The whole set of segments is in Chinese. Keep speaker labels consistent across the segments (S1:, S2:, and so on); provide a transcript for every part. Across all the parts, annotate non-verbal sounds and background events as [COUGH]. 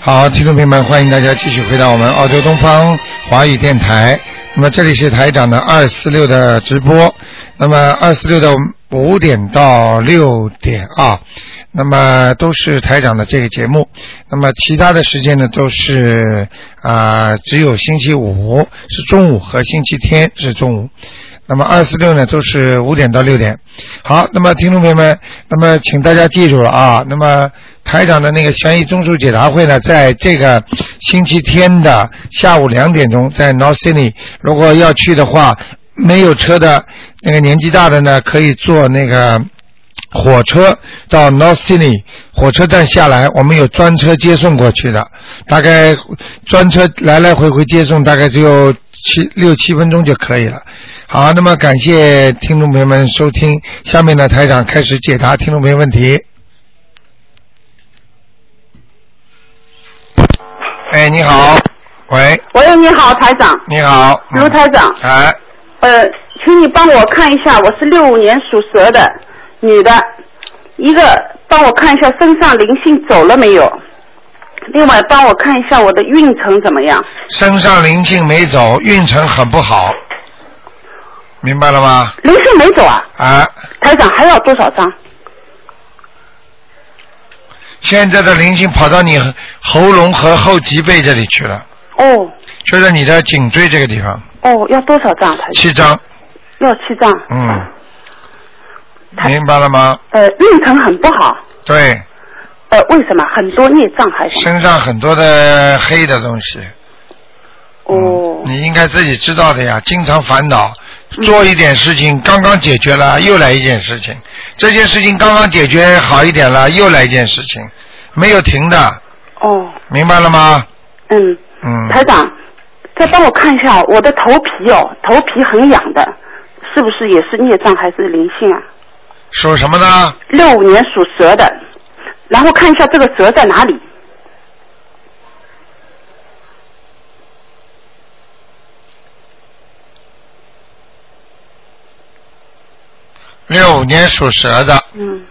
S1: 好，听众朋友们，欢迎大家继续回到我们澳洲东方华语电台。那么这里是台长的二四六的直播，那么二四六的五点到六点啊，那么都是台长的这个节目。那么其他的时间呢，都是啊、只有星期五是中午和星期天是中午。那么二四六呢，都是五点到六点。好，那么听众朋友们，那么请大家记住了啊。那么台长的那个悬疑综述解答会呢，在这个星期天的下午两点钟，在 North Sydney，如果要去的话，没有车的那个年纪大的呢，可以坐那个。火车到 North Sydney 火车站下来，我们有专车接送过去的，大概专车来来回回接送大概只有七六七分钟就可以了。好，那么感谢听众朋友们收听，下面呢台长开始解答听众朋友问题。哎，你好，喂，
S2: 喂，你好，台长，
S1: 你好，嗯
S2: 卢台长，
S1: 哎，
S2: 呃，请你帮我看一下，我是六五年属蛇的女的，一个帮我看一下身上灵性走了没有，另外帮我看一下我的运程怎么样。
S1: 身上灵性没走，运程很不好，明白了吗？
S2: 灵性没走啊，
S1: 啊，
S2: 台长还要多少张？
S1: 现在的灵性跑到你喉咙和后脊背这里去了，
S2: 哦
S1: 就是你的颈椎这个地方，
S2: 哦，要多少张？台长
S1: 七张，
S2: 要七张。
S1: 嗯，
S2: 他
S1: 明白了吗？
S2: 呃，运程很不好，
S1: 对，
S2: 呃，为什么？很多孽障还是？
S1: 身上很多的黑的东西，
S2: 哦，
S1: 你应该自己知道的呀，经常烦恼，做一点事情刚刚解决了，又来一件事情，这件事情刚刚解决好一点了，又来一件事情，没有停的，
S2: 哦，
S1: 明白了吗？
S2: 嗯。
S1: 嗯，
S2: 台长，再帮我看一下我的头皮哦，头皮很痒的，是不是也是孽障还是灵性啊？
S1: 属什么呢？
S2: 六五年属蛇的，然后看一下这个蛇在哪里？
S1: 六五年属蛇的，
S2: 嗯，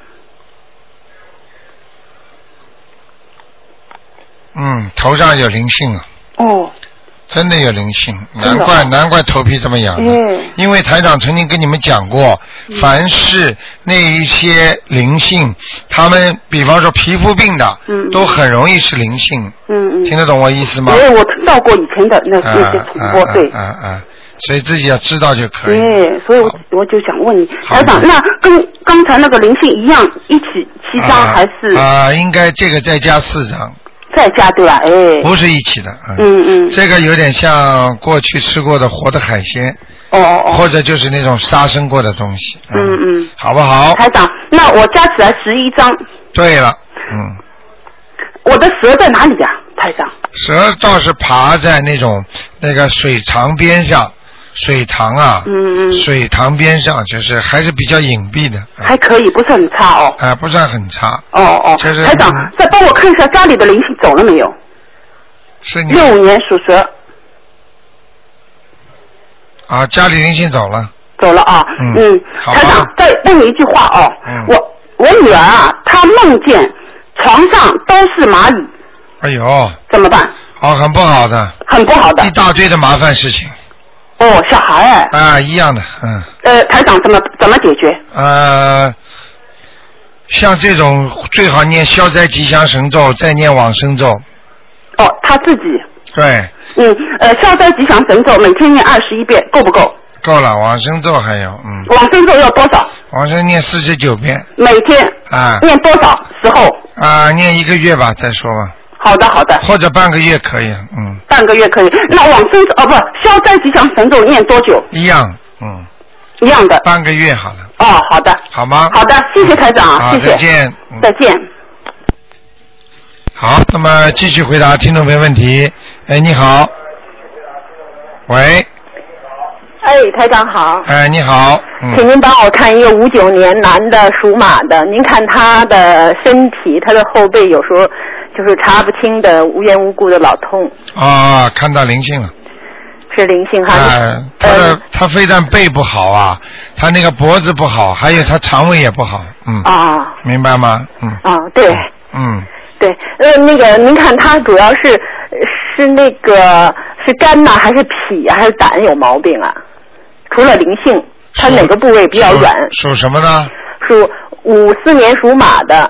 S1: 嗯，头上有灵性了。
S2: 哦，
S1: 真的有灵性，
S2: 的
S1: 难怪难怪头皮这么痒呢
S2: 嗯
S1: 因为台长曾经跟你们讲过，凡是那一些灵性，他们比方说皮肤病的，
S2: 嗯嗯
S1: 都很容易是灵性，
S2: 嗯嗯，
S1: 听得懂我意思吗？
S2: 因为我听到过以前的那、
S1: 啊
S2: 那些主播，对。
S1: 啊啊啊！所以自己要知道就可以。
S2: 对，所以我
S1: 好
S2: 我就想问你，
S1: 好
S2: 台长，那跟刚才那个灵性一样，一起七张
S1: 啊
S2: 还是
S1: 啊，应该这个再加四张，
S2: 再加对吧？哎，
S1: 不是一起的。啊
S2: 嗯嗯，
S1: 这个有点像过去吃过的活的海鲜，
S2: 哦哦哦，
S1: 或者就是那种杀生过的东西。啊
S2: 嗯嗯
S1: 好不好？
S2: 台长，那我加起来十一张，
S1: 对了，嗯，
S2: 我的蛇在哪里呀、台长？
S1: 蛇倒是爬在那种那个水塘边上，水塘啊，
S2: 嗯嗯
S1: 水塘边上就是还是比较隐蔽的，啊、
S2: 还可以，不是很差哦。
S1: 啊不算很差，
S2: 哦哦，
S1: 就是
S2: 台长
S1: 嗯，
S2: 再帮我看一下家里的灵性走了没有？
S1: 是你
S2: 六五年属蛇，
S1: 啊，家里灵性走了，
S2: 走了啊。
S1: 嗯
S2: 嗯，
S1: 好吧
S2: 台长，再问你一句话哦。
S1: 嗯
S2: 我我女儿啊，她梦见床上都是蚂蚁，
S1: 哎呦，
S2: 怎么办？
S1: 哦，很不好的，
S2: 很不好的
S1: 一。大堆的麻烦事情
S2: 哦，小孩哎，
S1: 啊，一样的，嗯，
S2: 呃，台长怎么怎么解决？
S1: 呃。像这种最好念消灾吉祥神咒，再念往生咒。
S2: 哦，她自己，
S1: 对，
S2: 嗯，呃，消灾吉祥神咒每天念二十一遍够不够？
S1: 够了，往生咒还有，嗯，
S2: 往生咒要多少？
S1: 往生念四十九遍
S2: 每天
S1: 啊。
S2: 念多少时候？
S1: 啊，念一个月吧，再说吧，
S2: 好的，好的。
S1: 或者半个月可以，嗯，
S2: 半个月可以。那往生咒哦，不，消灾吉祥神咒念多久？
S1: 一样，嗯，
S2: 一样的。
S1: 半个月好了，
S2: 哦，好的，
S1: 好吗？
S2: 好的，谢谢台长啊，
S1: 好，
S2: 谢
S1: 再
S2: 谢，
S1: 见。嗯
S2: 再见。
S1: 好，那么继续回答听众朋友问题。哎，你好，喂，
S3: 哎，台长好，
S1: 哎，你好，
S3: 请
S1: 嗯，
S3: 您帮我看一个五九年男的属马的，您看他的身体，他的后背有时候就是查不清的，无缘无故的老痛，
S1: 啊，看到灵性了，
S3: 是灵性哈？
S1: 哎，他
S2: 嗯
S1: 的他非但背不好啊，他那个脖子不好，还有他肠胃也不好，嗯，
S3: 啊
S1: 明白吗？嗯
S3: 啊，对，
S1: 嗯，
S2: 对，呃，那个您看他主要是是那个是肝呐、还是脾呀、还是胆有毛病啊？除了灵性，他哪个部位比较软？
S1: 属什么呢？
S2: 属五四年属马的，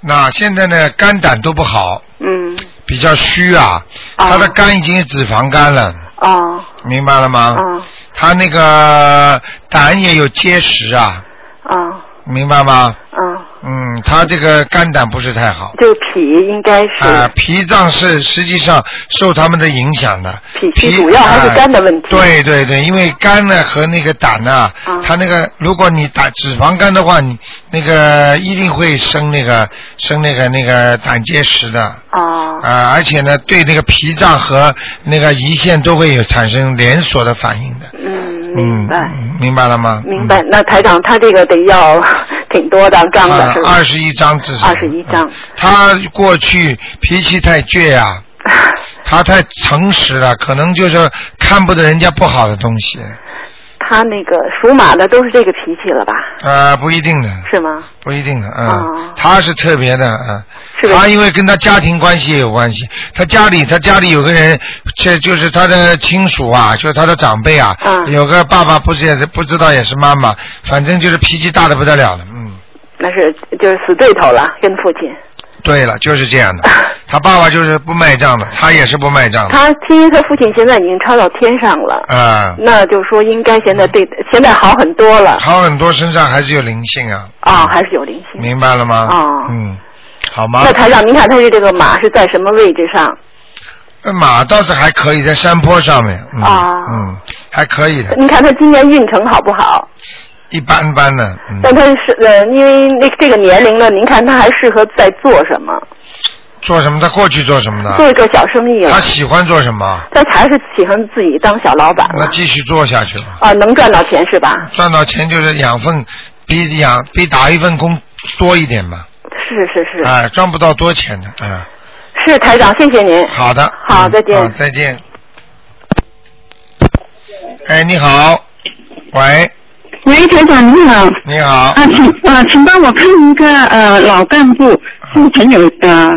S1: 那现在呢，肝胆都不好，
S2: 嗯，
S1: 比较虚啊。
S2: 啊
S1: 他的肝已经是脂肪肝了，
S2: 哦，
S1: 明白了吗？
S2: 哦，
S1: 他那个胆也有结石啊，
S2: 哦，
S1: 明白吗？
S2: 哦，
S1: 嗯，他这个肝胆不是太好。
S2: 就脾应该是、
S1: 啊、脾脏是实际上受他们的影响的。
S2: 脾气主要还是
S1: 啊
S2: 肝的问题
S1: 对对对，因为肝呢和那个胆呢，
S2: 啊
S1: 它那个如果你胆脂肪肝的话，你那个一定会生那个生那个那个胆结石的。
S2: 哦，
S1: 啊，而且呢，对那个脾脏和那个胰腺都会有产生连锁的反应的。
S2: 嗯，明
S1: 嗯
S2: 白。，
S1: 明白了吗？
S2: 明白，那台长他这个得要 [LAUGHS] 挺多张张的是
S1: 啊
S2: 吧？
S1: 二十一张至少。
S2: 21张
S1: 嗯他过去脾气太倔啊，他太诚实了，可能就是看不得人家不好的东西。
S2: [LAUGHS] 他那个属马的都是这个脾气了吧？
S1: 呃，不一定的，
S2: 是吗？
S1: 不一定的，嗯，
S2: 哦
S1: 他是特别的，嗯，
S2: 是的
S1: 他因为跟他家庭关系也有关系，他家里他家里有个人，这就是他的亲属啊，就是他的长辈啊，
S2: 嗯
S1: 有个爸爸不是也是不知道也是妈妈，反正就是脾气大的不得了了，嗯。
S2: 那是就是死对头了，跟父
S1: [LAUGHS]
S2: 亲。
S1: 对了，就是这样的。他爸爸就是不卖账的，他也是不卖账的。
S2: 他因为他父亲现在已经超到天上了，
S1: 啊、嗯
S2: 那就说应该现在对现在好很多了
S1: 好很多身上还是有灵性啊，
S2: 啊、还是有灵性。
S1: 明白了吗？
S2: 哦
S1: 嗯，好吗
S2: 那？台长，您看他是这个马是在什么位置上？
S1: 那马倒是还可以，在山坡上面。嗯、
S2: 啊
S1: 嗯，还可以的，
S2: 您看他今年运程好不好？
S1: 一般般的。嗯
S2: 但他是呃，因为那这个年龄了，您看他还适合在做什么？
S1: 做什么？他过去做什么的？
S2: 做一个小生意了
S1: 啊他。喜欢做什么？
S2: 他还是喜欢自己当小老板
S4: 嗯
S1: 那
S2: 了
S1: 继续做下去吧。
S2: 啊，能赚到钱是吧？
S1: 赚到钱就是养份，比养比打一份工多一点嘛。
S2: 是是是，
S1: 啊、赚不到多钱的。啊、
S2: 是台长，谢谢您。
S1: 好的。
S2: 好
S1: 嗯
S2: 再见
S1: 好再见。哎，你好，喂，
S4: 喂，台长你好，
S1: 你好，
S4: 啊，请啊，请帮我看一个呃老干部，是朋友呃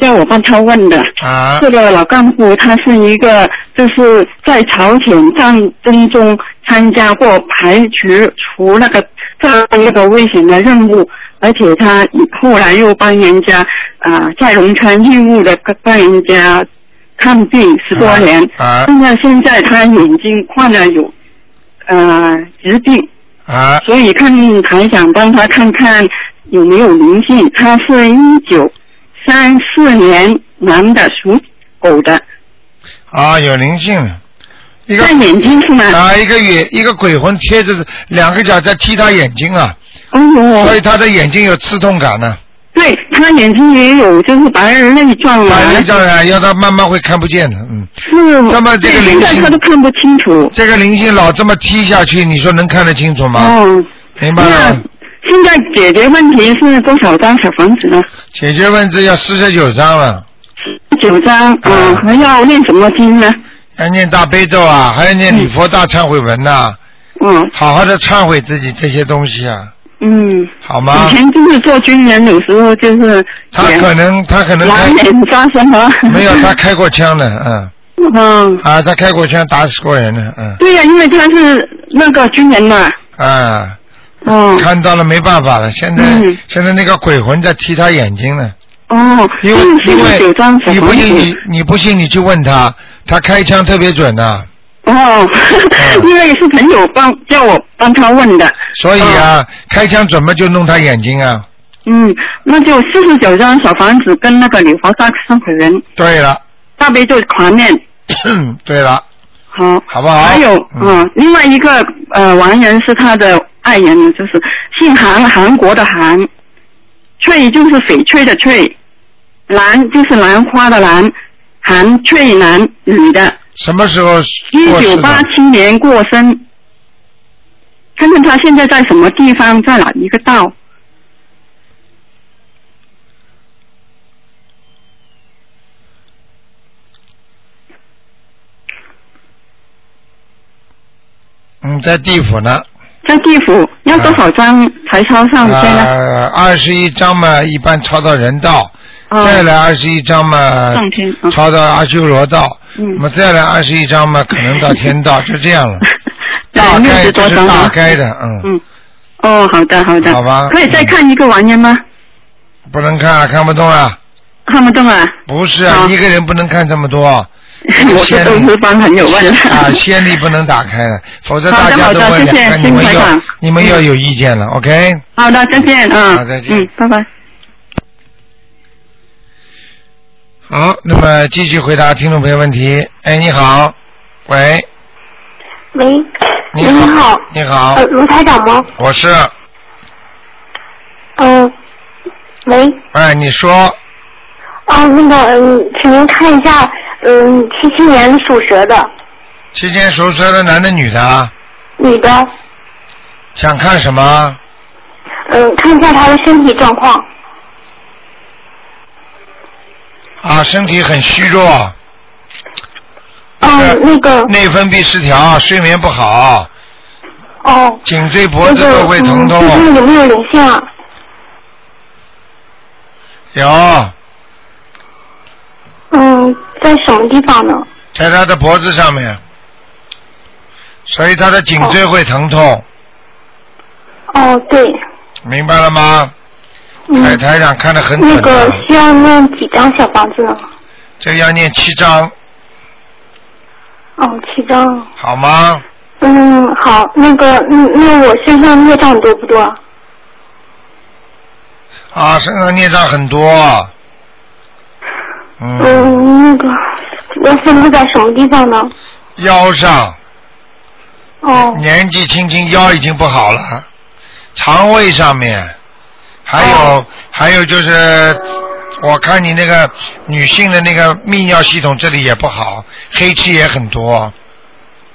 S4: 叫我帮他问的。
S1: 啊
S4: 这个老干部他是一个就是在朝鲜战争中参加过排除除那个战那个危险的任务，而且他后来又帮人家啊、呃在龙川义务的帮人家看病十多年。
S1: 啊啊
S4: 那么现在他眼睛患了有呃疾病。
S1: 啊， [LAUGHS]
S4: 所以看台想帮他看看有没有灵性。他是一九三四年男的，属狗的，
S1: 啊，有灵性了，一个
S4: 在眼睛是吗？
S1: 啊，一个眼一个鬼魂贴着两个脚在踢他眼睛啊，
S4: 哦
S1: 所以
S4: 呦，
S1: 他的眼睛有刺痛感啊呢、
S4: 对他眼睛也有就是白内障啊，
S1: 反正这样啊，要他慢慢会看不见的，嗯，
S4: 是，
S1: 这么这个
S4: 对
S1: 灵性
S4: 现在他都看不清楚。
S1: 这个灵性老这么踢下去，你说能看得清楚吗？
S4: 哦，
S1: 啊明白
S4: 那
S1: 了，
S4: 现在解决问题是多少张小房子呢？
S1: 解决问题要四十九章了。
S4: 九张，嗯、
S1: 啊
S4: 还要念什么经呢？
S1: 要念大悲咒啊，还要念礼佛大忏悔文呐、
S4: 嗯
S1: 好好的忏悔自己这些东西啊，
S4: 嗯，
S1: 好
S4: 以
S1: 吗？
S4: 前就是做军人，有时候就是
S1: 啊他
S4: 也
S1: 可能他可能
S4: 狼
S1: 开
S4: 人抓什么？
S1: 没有他开过枪的，嗯
S4: 嗯，
S1: 啊，他开过枪打死过人的，嗯
S4: 对呀、因为他是那个军人嘛。
S1: 啊，
S4: 哦
S1: 看到了没办法了，现在、
S4: 嗯
S1: 现在那个鬼魂在踢他眼睛呢，
S4: 哦，
S1: 因为
S4: 四
S1: 因
S4: 十
S1: 为
S4: 九张小
S1: 你不
S4: 房
S1: 信你
S4: 子。
S1: 你不信你去问他，他开枪特别准呐、
S4: 哦，
S1: 嗯
S4: [LAUGHS] 因为是朋友帮叫我帮他问的。
S1: 所以啊，
S4: 哦
S1: 开枪准嘛就弄他眼睛啊。
S4: 嗯，那就四十九张小房子跟那个礼佛大忏悔人
S1: 对了， [CLEARS THROAT]
S4: 大悲咒狂念。
S1: 对了，
S4: 好，
S1: 好不好
S4: 还有，
S1: 嗯
S4: 嗯，另外一个呃，王人是他的爱人，就是姓韩，韩国的韩，翠就是翡翠的翠，兰就是兰花的兰，韩翠兰，女的，
S1: 什么时候
S4: 一
S1: 过世
S4: 九
S1: 的？
S4: 八七年过生，看看他现在在什么地方，在哪一个道？
S1: 嗯，在地府呢。
S4: 在地府要多少张才抄上去呢？
S1: 呃，二十一章嘛，一般抄到人道，再来二十一章嘛
S4: 哦上天嗯，
S1: 抄到阿修罗道，
S4: 嗯
S1: 那么再来二十一章嘛，可能到天道，就这
S4: [LAUGHS]
S1: 样了。大
S4: 对，六
S1: 概
S4: 十
S1: 这
S4: 多
S1: 是
S4: 张
S1: 大
S4: 啊。
S1: 概的，嗯，
S4: 嗯，哦，好的好的，
S1: 好吧
S4: 可以再看一个玩意儿吗？
S1: 不能看啊，看不懂啊。
S4: 看不懂啊，
S1: 不是啊，
S4: 好
S1: 一个人不能看这么多。
S4: 我这 [LAUGHS] 都是帮朋友问了。 [LAUGHS]
S1: 啊，先例不能打开的，否则大家
S4: 好
S1: 都
S4: 的好的
S1: 问
S4: 谢谢
S1: 两个，你们
S4: 辛苦
S1: 要
S4: 了
S1: 你们要有意见了，OK？
S4: 好的，再见啊。
S1: 好再见
S4: 嗯，拜拜。
S1: 好，那么继续回答听众朋友问题。哎，你好，喂，
S5: 喂，
S1: 你
S5: 喂你好，
S1: 你好
S5: 呃，，卢台长吗？
S1: 我是，
S5: 嗯、喂，
S1: 哎，你说
S5: 哦，那个，嗯，请您看一下，嗯，七七年属蛇的
S1: 期间属蛇的男的女的啊，
S5: 女的，
S1: 想看什么？
S5: 嗯，看一下她的身体状况。
S1: 啊，身体很虚
S4: 哦
S1: 弱，呃
S5: 嗯，那个，
S1: 内分泌失调，睡眠不好，
S5: 哦，
S1: 颈椎
S5: 那
S1: 脖子
S5: 个，
S1: 都会疼
S5: 嗯，
S1: 痛
S5: 身，上有没有灵性啊？
S1: 有
S5: 嗯，在什么地方呢？
S1: 在他的脖子上面，所以他的颈椎会疼痛，
S5: 哦，对，
S1: 明白了吗？台
S5: 嗯，
S1: 台长看得很准
S5: 那
S1: 的，啊
S5: 个需要念几张小房子呢？
S1: 这个要念七章，
S5: 哦，七张。
S1: 好吗？
S5: 嗯，好，那个，嗯，那我身上孽障多不多啊？
S1: 啊，身上孽障很多，嗯，
S5: 嗯，那个，我分布在什么地方呢？
S1: 腰上，
S5: 哦，
S1: 年纪轻轻腰已经不好了，肠胃上面，还有、
S5: 哦
S1: 还有就是，我看你那个女性的那个泌尿系统这里也不好，黑气也很多，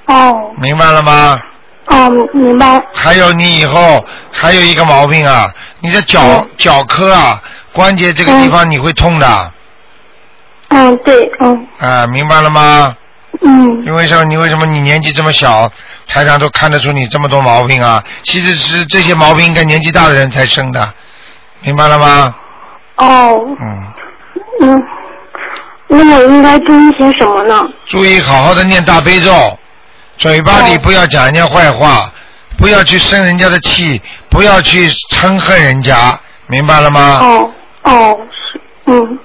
S5: 哦，
S1: 明白了吗？
S5: 哦，明白。
S1: 还有你以后还有一个毛病啊，你的脚、
S5: 嗯
S1: 脚科啊关节这个地方你会痛的啊、
S5: 嗯，对，嗯，
S1: 明白了吗？
S5: 嗯，
S1: 因为什么？你为什么你年纪这么小，台长都看得出你这么多毛病啊？其实是这些毛病应该年纪大的人才生的，明白了吗？
S5: 哦，
S1: 嗯，
S5: 嗯，那我应该注意些什么呢？
S1: 注意好好的念大悲咒，嘴巴里
S5: 哦
S1: 不要讲人家坏话，不要去生人家的气，不要去嗔恨人家，明白了吗？
S5: 哦，哦，是，嗯，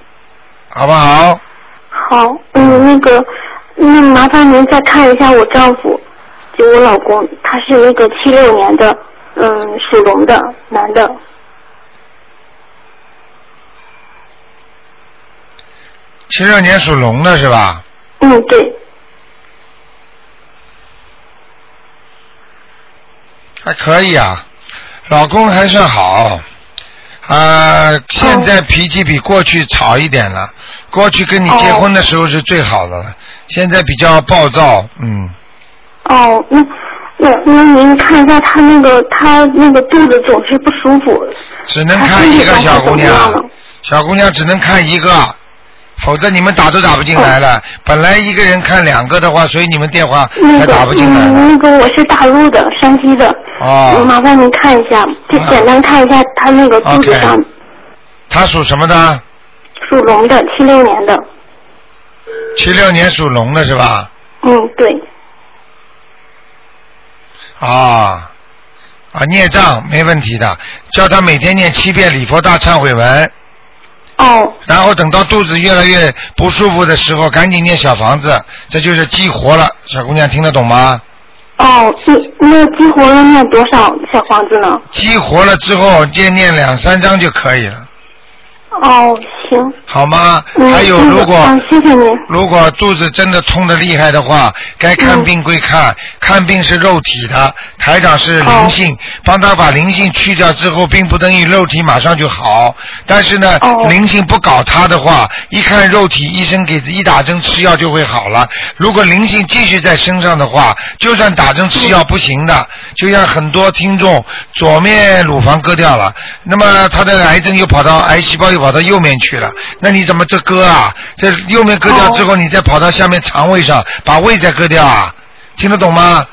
S1: 好不好？
S5: 好，嗯，那个，那麻烦您再看一下我丈夫，就我老公，他是那个七六年的，嗯，属龙的男的，
S1: 七六年属龙的是吧？
S5: 嗯，对，
S1: 还可以啊，老公还算好，啊、现在脾气比过去吵一点了。过去跟你结婚的时候是最好的了，现在比较暴躁，嗯，
S5: 哦，那那那您看一下他那个他那个肚子总是不舒服，
S1: 只能
S5: 他
S1: 看
S5: 身
S1: 一
S5: 体
S1: 个
S5: 状
S1: 小
S5: 况
S1: 姑
S5: 怎么样了
S1: 娘，？小姑娘只能看一个，否则你们打都打不进来了。本来一个人看两个的话，所以你们电话
S5: 那
S1: 才
S5: 个
S1: 打不进来了。
S5: 嗯，那个我是大陆的，山西的，
S1: 哦，嗯
S5: 麻烦您看一下，就简单看一下他那个肚子
S1: OK
S5: 上
S1: 她属什么的？
S5: 属龙的，七六年的，
S1: 七六年属龙的是吧？
S5: 嗯，对，
S1: 啊啊，孽障没问题的，叫他每天念七遍礼佛大忏悔文，
S5: 哦
S1: 然后等到肚子越来越不舒服的时候，赶紧念小房子，这就是激活了。小姑娘听得懂吗？
S5: 哦，那那激活了念多少小房子呢？
S1: 激活了之后，再念两三章就可以了，
S5: 哦，行，
S1: 好吗？
S5: 嗯，
S1: 还有，如果哦
S5: 嗯，谢谢您，
S1: 如果肚子真的痛的厉害的话，该看病归看，看病是肉体的，台长是灵性，帮他把灵性去掉之后，并不等于肉体马上就好。但是呢，
S5: 哦
S1: 灵性不搞他的话，一看肉体，医生给一打针吃药就会好了。如果灵性继续在身上的话，就算打针吃药不行的，就像很多听众左面乳房割掉了，那么他的癌症又跑到癌细胞又跑到右面去了，那你怎么这割啊？这右面割掉之后，你再跑到下面肠胃上，把胃再割掉啊？听得懂吗？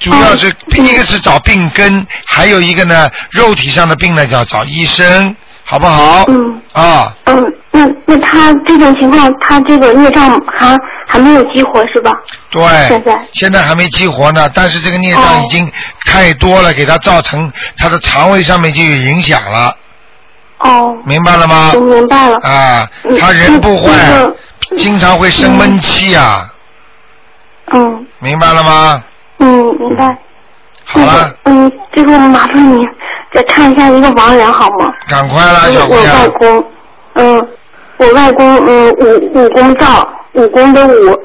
S1: 主要
S5: 哦
S1: 是
S5: 嗯
S1: 一个是找病根，还有一个呢，肉体上的病呢要找医生，好不好？
S5: 嗯。
S1: 啊，
S5: 嗯，那那他这种情况，他这个孽障还还没有激活是吧？
S1: 对，
S5: 现在
S1: 还没激活呢，但是这个孽障
S5: 哦
S1: 已经太多了，给他造成他的肠胃上面就有影响了，
S5: 哦，
S1: 明白了吗
S5: 我？明白了。
S1: 啊
S5: 嗯，
S1: 他人不坏
S5: 那个，
S1: 经常会生闷气啊，
S5: 嗯
S1: 明白了吗？
S5: 嗯，明白。
S1: 好了，
S5: 嗯，最后麻烦你再看一下一个亡人好吗？
S1: 赶快啦，小
S5: 我
S1: 姑
S5: 我外
S1: 娘，
S5: 公，嗯，我外公，嗯，武武功赵，武功的武，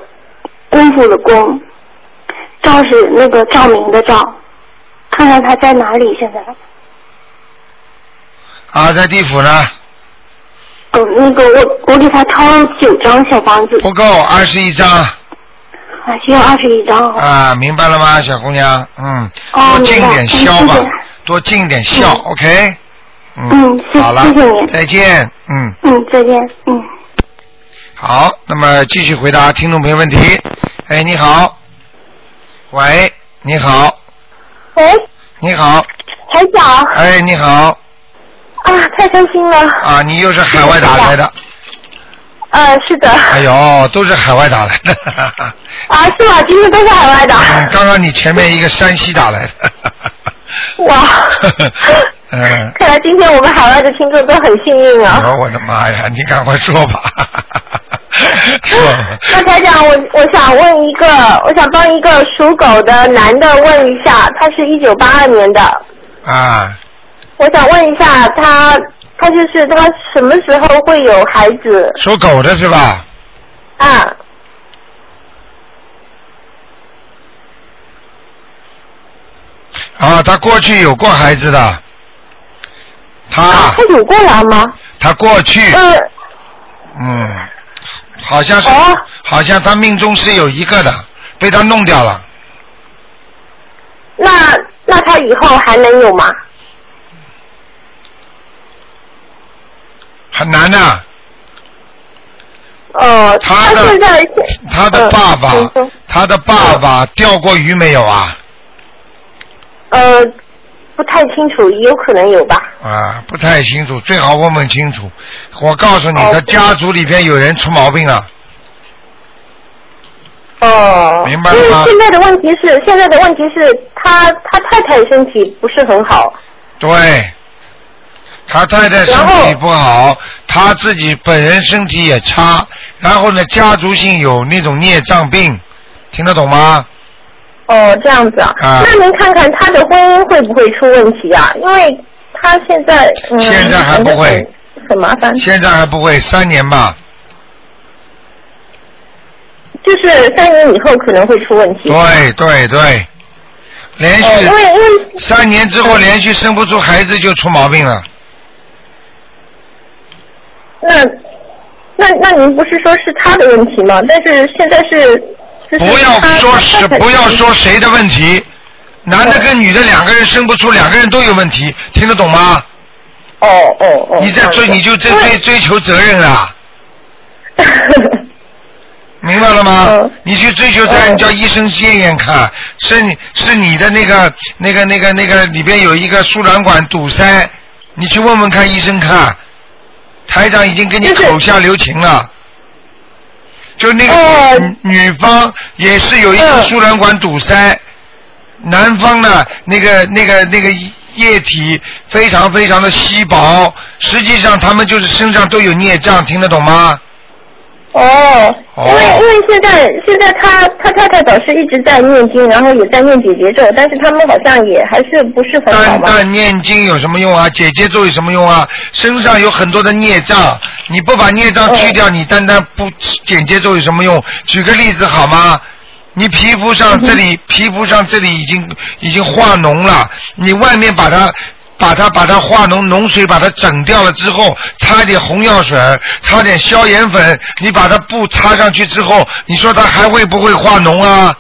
S5: 功夫的功，赵是那个照明的照，看看他在哪里现在。
S1: 啊，在地府呢，
S5: 嗯，那个我我给他抄了九张小房子，
S1: 不够二十一张
S5: 啊，需要二十一张啊。
S1: 啊，明白了吗，小姑娘？嗯，
S5: 哦
S1: 多尽点
S5: 明白
S1: 孝吧
S5: 嗯谢谢，
S1: 多尽点孝
S5: 嗯
S1: ，OK？
S5: 嗯谢
S1: 好了
S5: 谢谢你，
S1: 再见，嗯。
S5: 嗯，再见，嗯。
S1: 好，那么继续回答听众朋友问题。哎，你好，喂，你好，
S5: 喂，
S1: 你好，
S5: 台长啊，
S1: 哎，你好，
S5: 太开心了。
S1: 哎啊，你又是海外打来的，
S5: 呃，是的。
S1: 哎呦，都是海外打来的， [LAUGHS] 哈哈
S5: 啊，是吗？今天都是海外的。
S1: 嗯刚刚你前面一个山西打来的，哈哈
S5: 哇
S1: 哈 [LAUGHS] 嗯，哦
S5: 看来今天我们海外的听众都很幸运
S1: 我
S5: [LAUGHS] 啊。
S1: 说我的妈呀，你赶快说
S5: [LAUGHS]
S1: 吧，哈哈哈哈说吧，
S5: 那台长，我我想问一个，我想帮一个属狗的男的问一下，他是一九八二年的，
S1: 啊，
S5: 我想问一下他，他就是他什么时候会有孩子
S1: 属狗的是吧？
S5: 啊？
S1: 啊，他过去有过孩子的，他啊
S5: 他有过来吗？
S1: 他过去，
S5: 呃，
S1: 嗯，好像是，
S5: 哦
S1: 好像他命中是有一个的，被他弄掉了。
S5: 那那他以后还能有吗？
S1: 很难呐、
S5: 呃，
S1: 他的
S5: 现在
S1: 他的爸爸，
S5: 嗯您说
S1: 他的爸爸钓过鱼没有啊？
S5: 呃不太清楚，有可能有吧？
S1: 啊，不太清楚，最好问问清楚。我告诉你，
S5: 哦
S1: 他家族里边有人出毛病了。
S5: 哦，
S1: 明白了吗
S5: 因为现在的问题是，现在的问题是他他太太身体不是很好，
S1: 对，他太太身
S5: 然后
S1: 体不好，他自己本人身体也差，然后呢，家族性有那种孽障病，听得懂吗？
S5: 哦，这样子啊。
S1: 啊
S5: 那您看看他的婚姻会不会出问题啊？因为他现在嗯，
S1: 现在还不会
S5: 感觉很，很麻烦，
S1: 现在还不会，三年吧。
S5: 就是三年以后可能会出问题。
S1: 对对对，连
S5: 哦，因为
S1: 续
S5: 因为
S1: 三年之后连续生不出孩子就出毛病了。
S5: 那那那您不是说是他的问题吗？但是现在是。就是
S1: 不要
S5: 他
S1: 说
S5: 他
S1: 是
S5: 太太
S1: 不要说谁的问题，男的跟女的两个人生不出，两个人都有问题，听得懂吗？
S5: 哦哦哦，
S1: 你在追你就在追追求责任了，
S5: 这样子
S1: 明白了吗
S5: 嗯？
S1: 你去追求责任，
S5: 嗯
S1: 叫医生验验看，是你是你的那个那个那个那个里边有一个输卵管堵塞，你去问问看医生看，台长已经给你
S5: 就是
S1: 口下留情了。就那个
S5: 哦
S1: 女女方也是有一个
S5: 嗯
S1: 输卵管堵塞，男方呢，那个那个那个液体非常非常的稀薄，实际上他们就是身上都有孽障，听得懂吗？
S5: [LAUGHS] 哦，因为
S1: 哦
S5: 因为现在现在他他太太表示一直在念经，然后也在念姐姐咒，但是他们好像也还是不是很好
S1: 单
S5: 吧？
S1: 单念经有什么用啊？姐姐咒有什么用啊？身上有很多的孽障，你不把孽障去
S5: 嗯
S1: 掉，你单单不简接咒有什么用？举个例子好吗？你皮肤
S5: 嗯
S1: 上这里，皮肤上这里已经已经化脓了，你外面把它把它把它化脓，脓水把它整掉了之后，擦一点红药水，擦点消炎粉，你把它布擦上去之后，你说它还会不会化脓啊？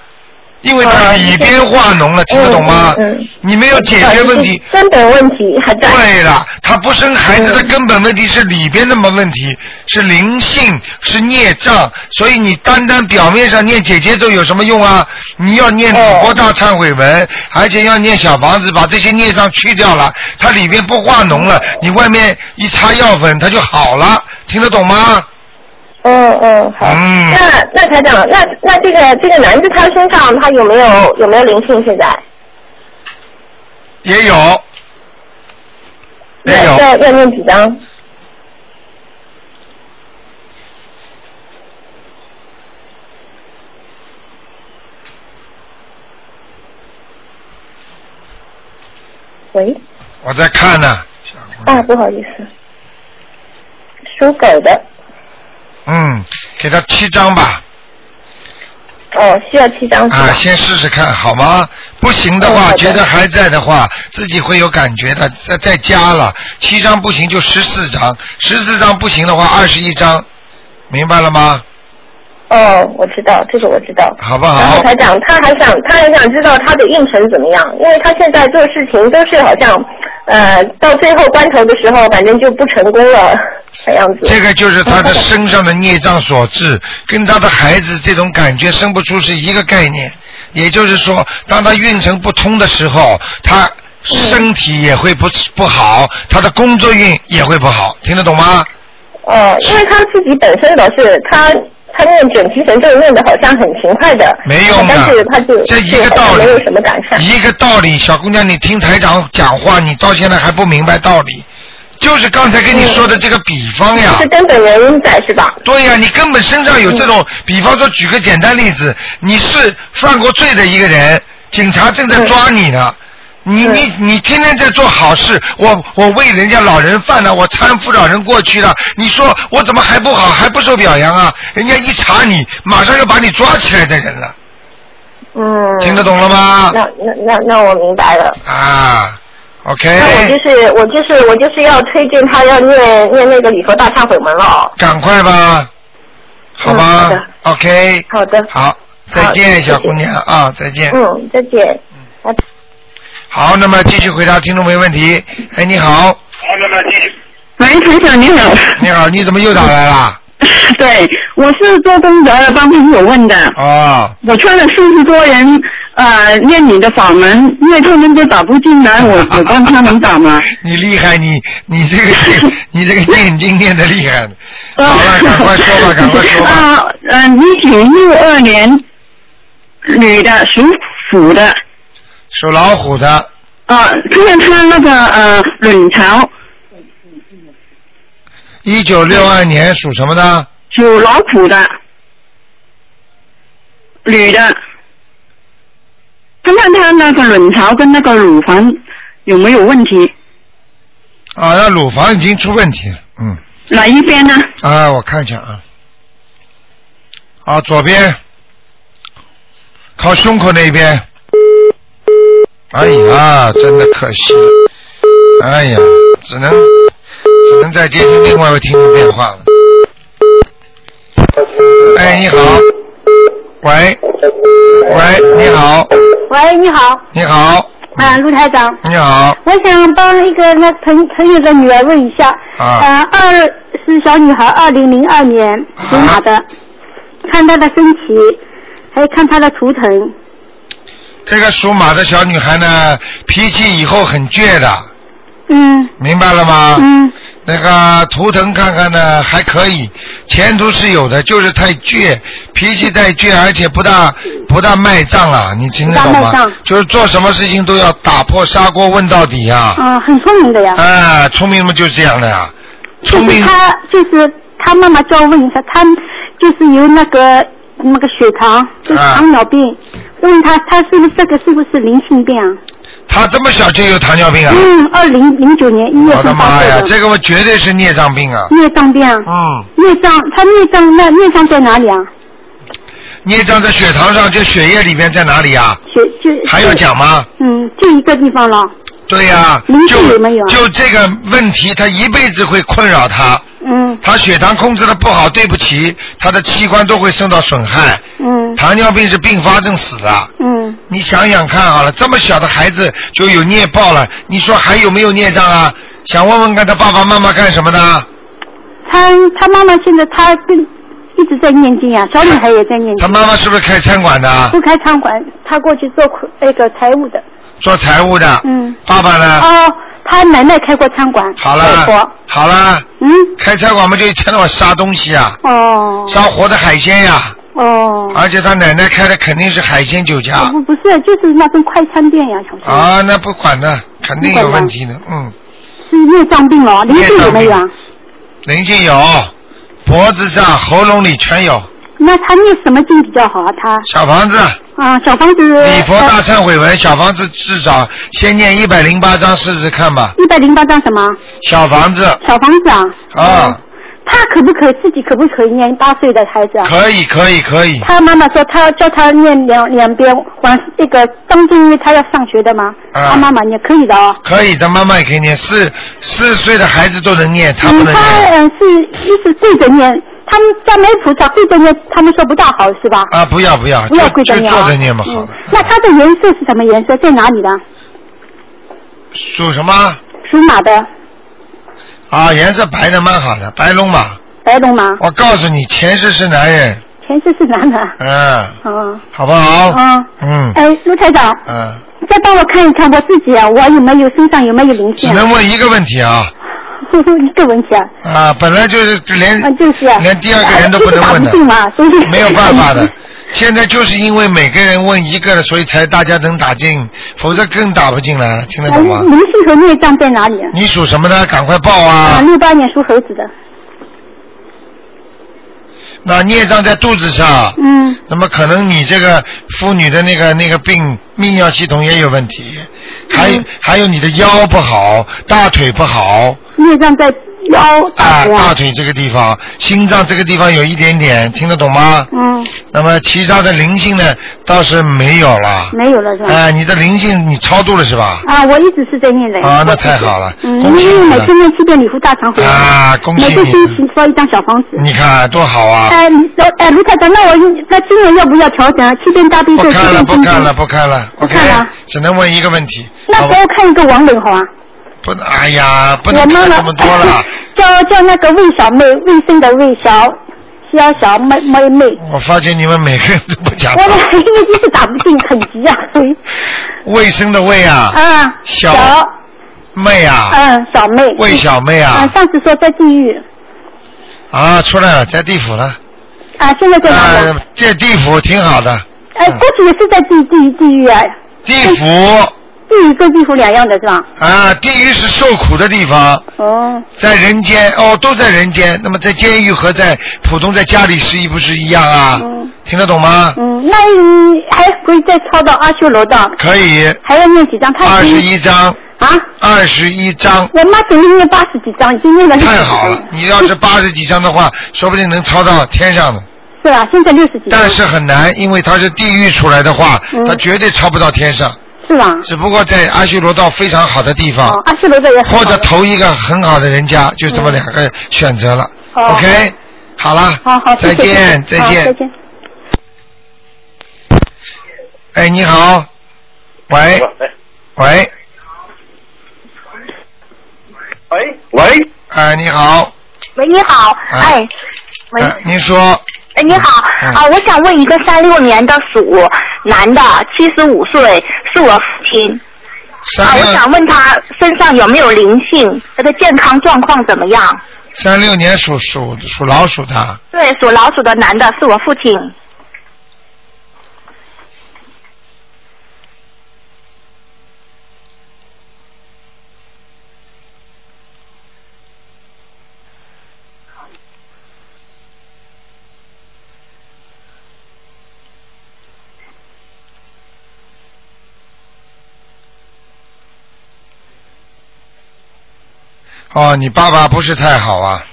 S1: 因为它里边化脓了，听得懂吗？
S5: 啊嗯嗯嗯
S1: 你没有解决问
S5: [LAUGHS]
S1: 题，
S5: 啊就是根本问题还在。
S1: 对了，他不生孩子的根本问题是里边的么问题，是灵性，是孽障，所以你单单表面上念姐姐咒有什么用啊？你要念礼佛大忏悔文，而且要念小房子，把这些孽障去掉了，它里边不化脓了，你外面一擦药粉，它就好了，听得懂吗？
S5: 嗯嗯，好。
S1: 嗯
S5: 那那台长，那那这个这个男的他身上他有没有有没有灵性现在？
S1: 也有，也有，
S5: 要要念几张？喂，
S1: 我在看呢、
S5: 啊，不好意思，属狗的，
S1: 嗯，给他七张吧。
S5: 哦，需要七张是吧？
S1: 啊，先试试看好吗？不行的
S5: 嗯
S1: 话，
S5: 好的
S1: 觉得还在的话，自己会有感觉的，再再加了七张不行就十四张，十四张不行的话二十一张，明白了吗？
S5: 哦，我知道，这个我知道。
S1: 好不
S5: 然后
S1: 好？
S5: 台长，他还想，他还想知道他的运程怎么样，因为他现在做事情都是好像，呃，到最后关头的时候，反正就不成功了的样子。
S1: 这个就是他的身上的孽障所致，跟他的孩子这种感觉生不出是一个概念。也就是说，当他运程不通的时候，他
S5: 嗯
S1: 身体也会不不好，他的工作运也会不好，听得懂吗？
S5: 哦，因为他自己本身倒是他。他念准提神咒念的好像很勤快的，
S1: 没用的
S5: 但是他就
S1: 这一个
S5: 就好
S1: 道
S5: 像
S1: 理，
S5: 没有什么改 [LAUGHS] 善。
S1: 一个道理，小姑娘，你听台长讲话，你到现在还不明白道理，就是刚才跟你说的这个比方
S5: [LAUGHS]
S1: 呀。
S5: 是根本原因在是吧？
S1: 对呀、你根本身上有这种，比方说举个简单例子，你是犯过罪的一个人，警察正在抓你呢。你你你天天在做好事，我我为人家老人犯了，我搀扶老人过去了，你说我怎么还不好，还不受表扬啊？人家一查你，马上要把你抓起来的人了，
S5: 嗯，
S1: 听得懂了吗？
S5: 那那那那我明白了。
S1: 啊
S5: 那我
S1: ，OK，
S5: 就是我就是我就是要推荐他要念念那个礼佛大忏悔文了哦。
S1: 赶快吧，好
S5: 嗯
S1: 吧
S5: 好的
S1: o k
S5: 好的，
S1: 好，再
S5: 好谢
S1: 见，
S5: 谢
S1: 小姑娘啊，再见。
S5: 嗯，再见。
S1: 好，那么继续回答听众没问题。哎，你好，
S4: 喂，台长你好， [LAUGHS]
S1: 你好，你怎么又打来了？
S4: 对我是做功德的帮朋友问的，
S1: 哦，
S4: 我劝了四十多人呃念你的法门，因为他们都打不进来，
S1: [LAUGHS]
S4: 我我帮他们打嘛。
S1: 你厉害，你你这个 [LAUGHS] 你这个念经念的厉害。好了，赶快说吧，赶快说吧。
S4: [LAUGHS] 啊，嗯，一九六二年，女的属虎的，
S1: 属老虎的，
S4: 啊，看她那个呃卵巢
S1: 一九六二年属什么的？啊
S4: 属老虎的，女的，看看她那个卵巢跟那个乳房有没有问题，
S1: 啊，那乳房已经出问题了，嗯，
S4: 哪一边呢？
S1: 啊，我看一下啊，啊，左边，靠胸口那边。哎呀，真的可惜了，哎呀，只能只能再接听另外一位听众电话了。哎，你好，喂，喂，你好，
S6: 喂，你好，
S1: 你好，
S6: 啊，卢台长，
S1: 你好，
S6: 我想帮一个那朋朋友的女儿问一下，
S1: 啊
S6: 呃，二是小女孩，二零零二年属马的，看她的身体，还看她的图腾，
S1: 这个属马的小女孩呢，脾气以后很倔的，
S6: 嗯
S1: 明白了吗？
S6: 嗯
S1: 那个图腾看看呢，还可以，前途是有的，就是太倔，脾气太倔，而且不大不大卖账啊，你听得懂
S6: 不大卖
S1: 吗
S6: 账？
S1: 就是做什么事情都要打破砂锅问到底啊！
S6: 嗯、很聪明的呀，
S1: 啊，聪明嘛就是这样的呀、
S6: 就
S1: 聪
S6: 是
S1: 明
S6: 她就是她妈妈叫我问一下，她就是有那个那个血糖，就是
S1: 啊
S6: 糖尿病，问他他是不是这个是不是灵性病啊？
S1: 他这么小就有糖尿病啊！
S6: 嗯，二零零九年一月
S1: 我的
S6: 份发
S1: 妈呀，
S6: 作的
S1: 这个我绝对是孽障病啊！
S6: 孽障病啊，
S1: 嗯，
S6: 孽障他孽障那孽障在哪里啊？
S1: 孽障在血糖上，就血液里面在哪里啊？
S6: 血就
S1: 还要讲吗？
S6: 嗯，就一个地方了。
S1: 对呀、
S6: 灵性有没有
S1: 就
S6: 啊
S1: 就这个问题，他一辈子会困扰他。
S6: 嗯
S1: 他血糖控制的不好，对不起，他的器官都会受到损害。
S6: 嗯
S1: 糖尿病是并发症死的，
S6: 嗯，
S1: 你想想看好了，这么小的孩子就有孽报了，你说还有没有孽障啊？想问问看他爸爸妈妈干什么的？
S6: 嗯他他妈妈现在他跟一直在念经呀、小女孩也在念
S1: 他
S6: 经。
S1: 妈妈是不是开餐馆的？
S6: 不开餐馆，他过去做苦那个财务的。
S1: 做财务的？
S6: 嗯。
S1: 爸爸呢？
S6: 哦，他奶奶开过餐馆。
S1: 啊好
S6: 外婆
S1: 了。，好了，
S6: 嗯。
S1: 开餐馆嘛就一天到晚杀东西啊，
S6: 哦。
S1: 杀活的海鲜呀，
S6: 哦。
S1: 而且他奶奶开的肯定是海鲜酒
S6: 哦
S1: 家。
S6: 不不是，就是那种快餐店呀，好像。
S1: 啊，那不管了，肯定有问题的，嗯。
S6: 是孽障病了，灵性有没有啊？
S1: 灵性有，脖子上、喉咙里全有。
S6: 那他念什么经比较好啊？他
S1: 小房子，
S6: 啊，小房子。
S1: 礼佛大忏悔文，小房子至少先念一百零八章试试看吧。
S6: 一百零八张什么？
S1: 小房子
S6: 小房子啊。
S1: 啊，
S6: 他可不可以自己可不可以念八岁的孩子啊？
S1: 可以可以可以，
S6: 他妈妈说他叫他念两两遍，晚那个当中因为他要上学的嘛，
S1: 啊
S6: 他妈妈念可以的哦。
S1: 可以的，妈妈也可以念，四四岁的孩子都能念，他不
S6: 嗯，
S1: 能
S6: 他
S1: 念
S6: 嗯是一直对着念，他们家没菩萨对着念，他们说不大好是吧？
S1: 啊！不要不要，
S6: 不要
S1: 就
S6: 跪
S1: 就
S6: 着念
S1: 坐
S6: 啊。
S1: 着念嘛，好
S6: 嗯
S1: 了。
S6: 那它的颜色是什么颜色？在哪里的？
S1: 属什么
S6: 属马的，
S1: 啊？颜色白的蛮好的，白龙马。
S6: 白龙马，
S1: 我告诉你，前世是男人，
S6: 前世是男的。
S1: 嗯，
S6: 嗯
S1: 好不好？
S6: 嗯，
S1: 嗯
S6: 哎，卢台长，
S1: 嗯，
S6: 再帮我看一看我自己啊，我有没有身上有没有灵
S1: 只
S6: 性啊？
S1: 能问一个问题啊。
S6: [LAUGHS] 一个问题啊，
S1: 啊，本来就是连、
S6: 啊就是啊，
S1: 连第二个人都
S6: 啊
S1: 不能问
S6: 一直打进
S1: 的，
S6: 嘛，所以哎
S1: 没有办法
S6: [LAUGHS]
S1: 的。现在就是因为每个人问一个了，所以才大家能打进，否则更打不进来了，听得
S6: 哎
S1: 懂吗？
S6: 灵性和孽障在哪里啊？
S1: 你属什么的？赶快报
S6: 啊，
S1: 啊！
S6: 六八年属猴子的，
S1: 那孽障在肚子上，
S6: 嗯，
S1: 那么可能你这个妇女的那个那个病，泌尿系统也有问题，还、
S6: 嗯
S1: 还有你的腰不好，大腿不好
S6: 孽障在腰
S1: 啊，
S6: 部
S1: 大腿这个地方，心脏这个地方有一点点，听得懂吗？
S6: 嗯，
S1: 那么其他的灵性呢，倒是没有了。
S6: 没有了是吧？
S1: 哎，你的灵性你超度了是吧？
S6: 啊，我一直是在念的。
S1: 啊那太好了
S6: 嗯，
S1: 恭喜
S6: 因为
S1: 你了
S6: 每次念七遍礼佛大忏悔，
S1: 啊恭喜
S6: 每个
S1: 你嗯
S6: 星期烧一张小房子。
S1: 你看多好啊！
S6: 哎，你呃哎，卢太长，那我用那今年要不要调整啊？七遍大悲咒，
S1: 不
S6: 七
S1: 看了，
S6: 遍
S1: 不
S6: 心
S1: 看了，
S6: 经。
S1: 不看了。
S6: 不
S1: OK，
S6: 看了
S1: 只能问一个问题。
S6: 那
S1: 好
S6: 给
S1: 吧
S6: 我看一个亡人好啊！
S1: 不，哎呀，不
S6: 我
S1: 能
S6: 妈
S1: 看
S6: 妈
S1: 这么多了。
S6: 叫叫那个魏小妹，卫生的魏小，小小妹妹妹。
S1: [LAUGHS] 我发觉你们每个人都啊不讲
S6: 我
S1: 话。
S6: 们因为一直打不进，很急啊，所以
S1: 卫生的卫啊，
S6: 啊，
S1: 小妹啊，
S6: 嗯，小妹。
S1: 魏小妹
S6: 啊，
S1: 啊，
S6: 上次说在地狱
S1: 啊，出来了，在地府了。
S6: 啊，现在在哪里
S1: 啊，
S6: 啊？
S1: 嗯这地府挺好的。
S6: 哎，过去也是在地地地狱啊，
S1: 地府
S6: 地狱跟地府两样的是吧？
S1: 啊，地狱是受苦的地方。
S6: 哦，
S1: 在人间哦，都在人间。那么在监狱和在普通在家里是一不是一样啊？
S6: 嗯
S1: 听得懂吗？
S6: 嗯，那你还可以再抄到阿修罗道，
S1: 可以，
S6: 还要念几张？他
S1: 二
S6: 已
S1: 十
S6: 经
S1: 一章，
S6: 啊，
S1: 二十一章，
S6: 我妈整天念八十几张，已经念了六十
S1: 太
S6: 几
S1: 好
S6: 张
S1: 了！你要是八十几章的话，说不定能抄到天上的。
S6: 是吧？现在六十几张
S1: 但，是很难，因为它是地狱出来的话，
S6: 嗯
S1: 它绝对抄不到天上。
S6: 是吧？
S1: 只不过在阿修罗道非常好的地方
S6: 哦，，嗯阿修罗道也很
S1: 啊或
S6: 好
S1: 者
S6: 的。
S1: 投一个很好的人家，就这么两个选择了。
S6: 哦
S1: OK，好了，
S6: 好好，
S1: 再
S6: 谢谢
S1: 见，
S6: 谢谢
S1: 再
S6: 好
S1: 见，
S6: 再见。
S1: 哎，你好，喂，喂，
S7: 喂喂，
S1: 哎，你好，
S8: 喂，你好，
S1: 哎
S8: 哎，喂，
S1: 哎，您说，
S8: 哎，你好，
S1: 嗯
S8: 啊，我想问一个三六年的鼠男的，七十五岁，是我父亲，啊，
S1: 三
S8: 我想
S1: 六
S8: 问他身上有没有灵性，他的健康状况怎么样？
S1: 三六年属属属老鼠的，
S8: 对，属老鼠的男的是我父亲，
S1: 哦，你爸爸不是太好啊。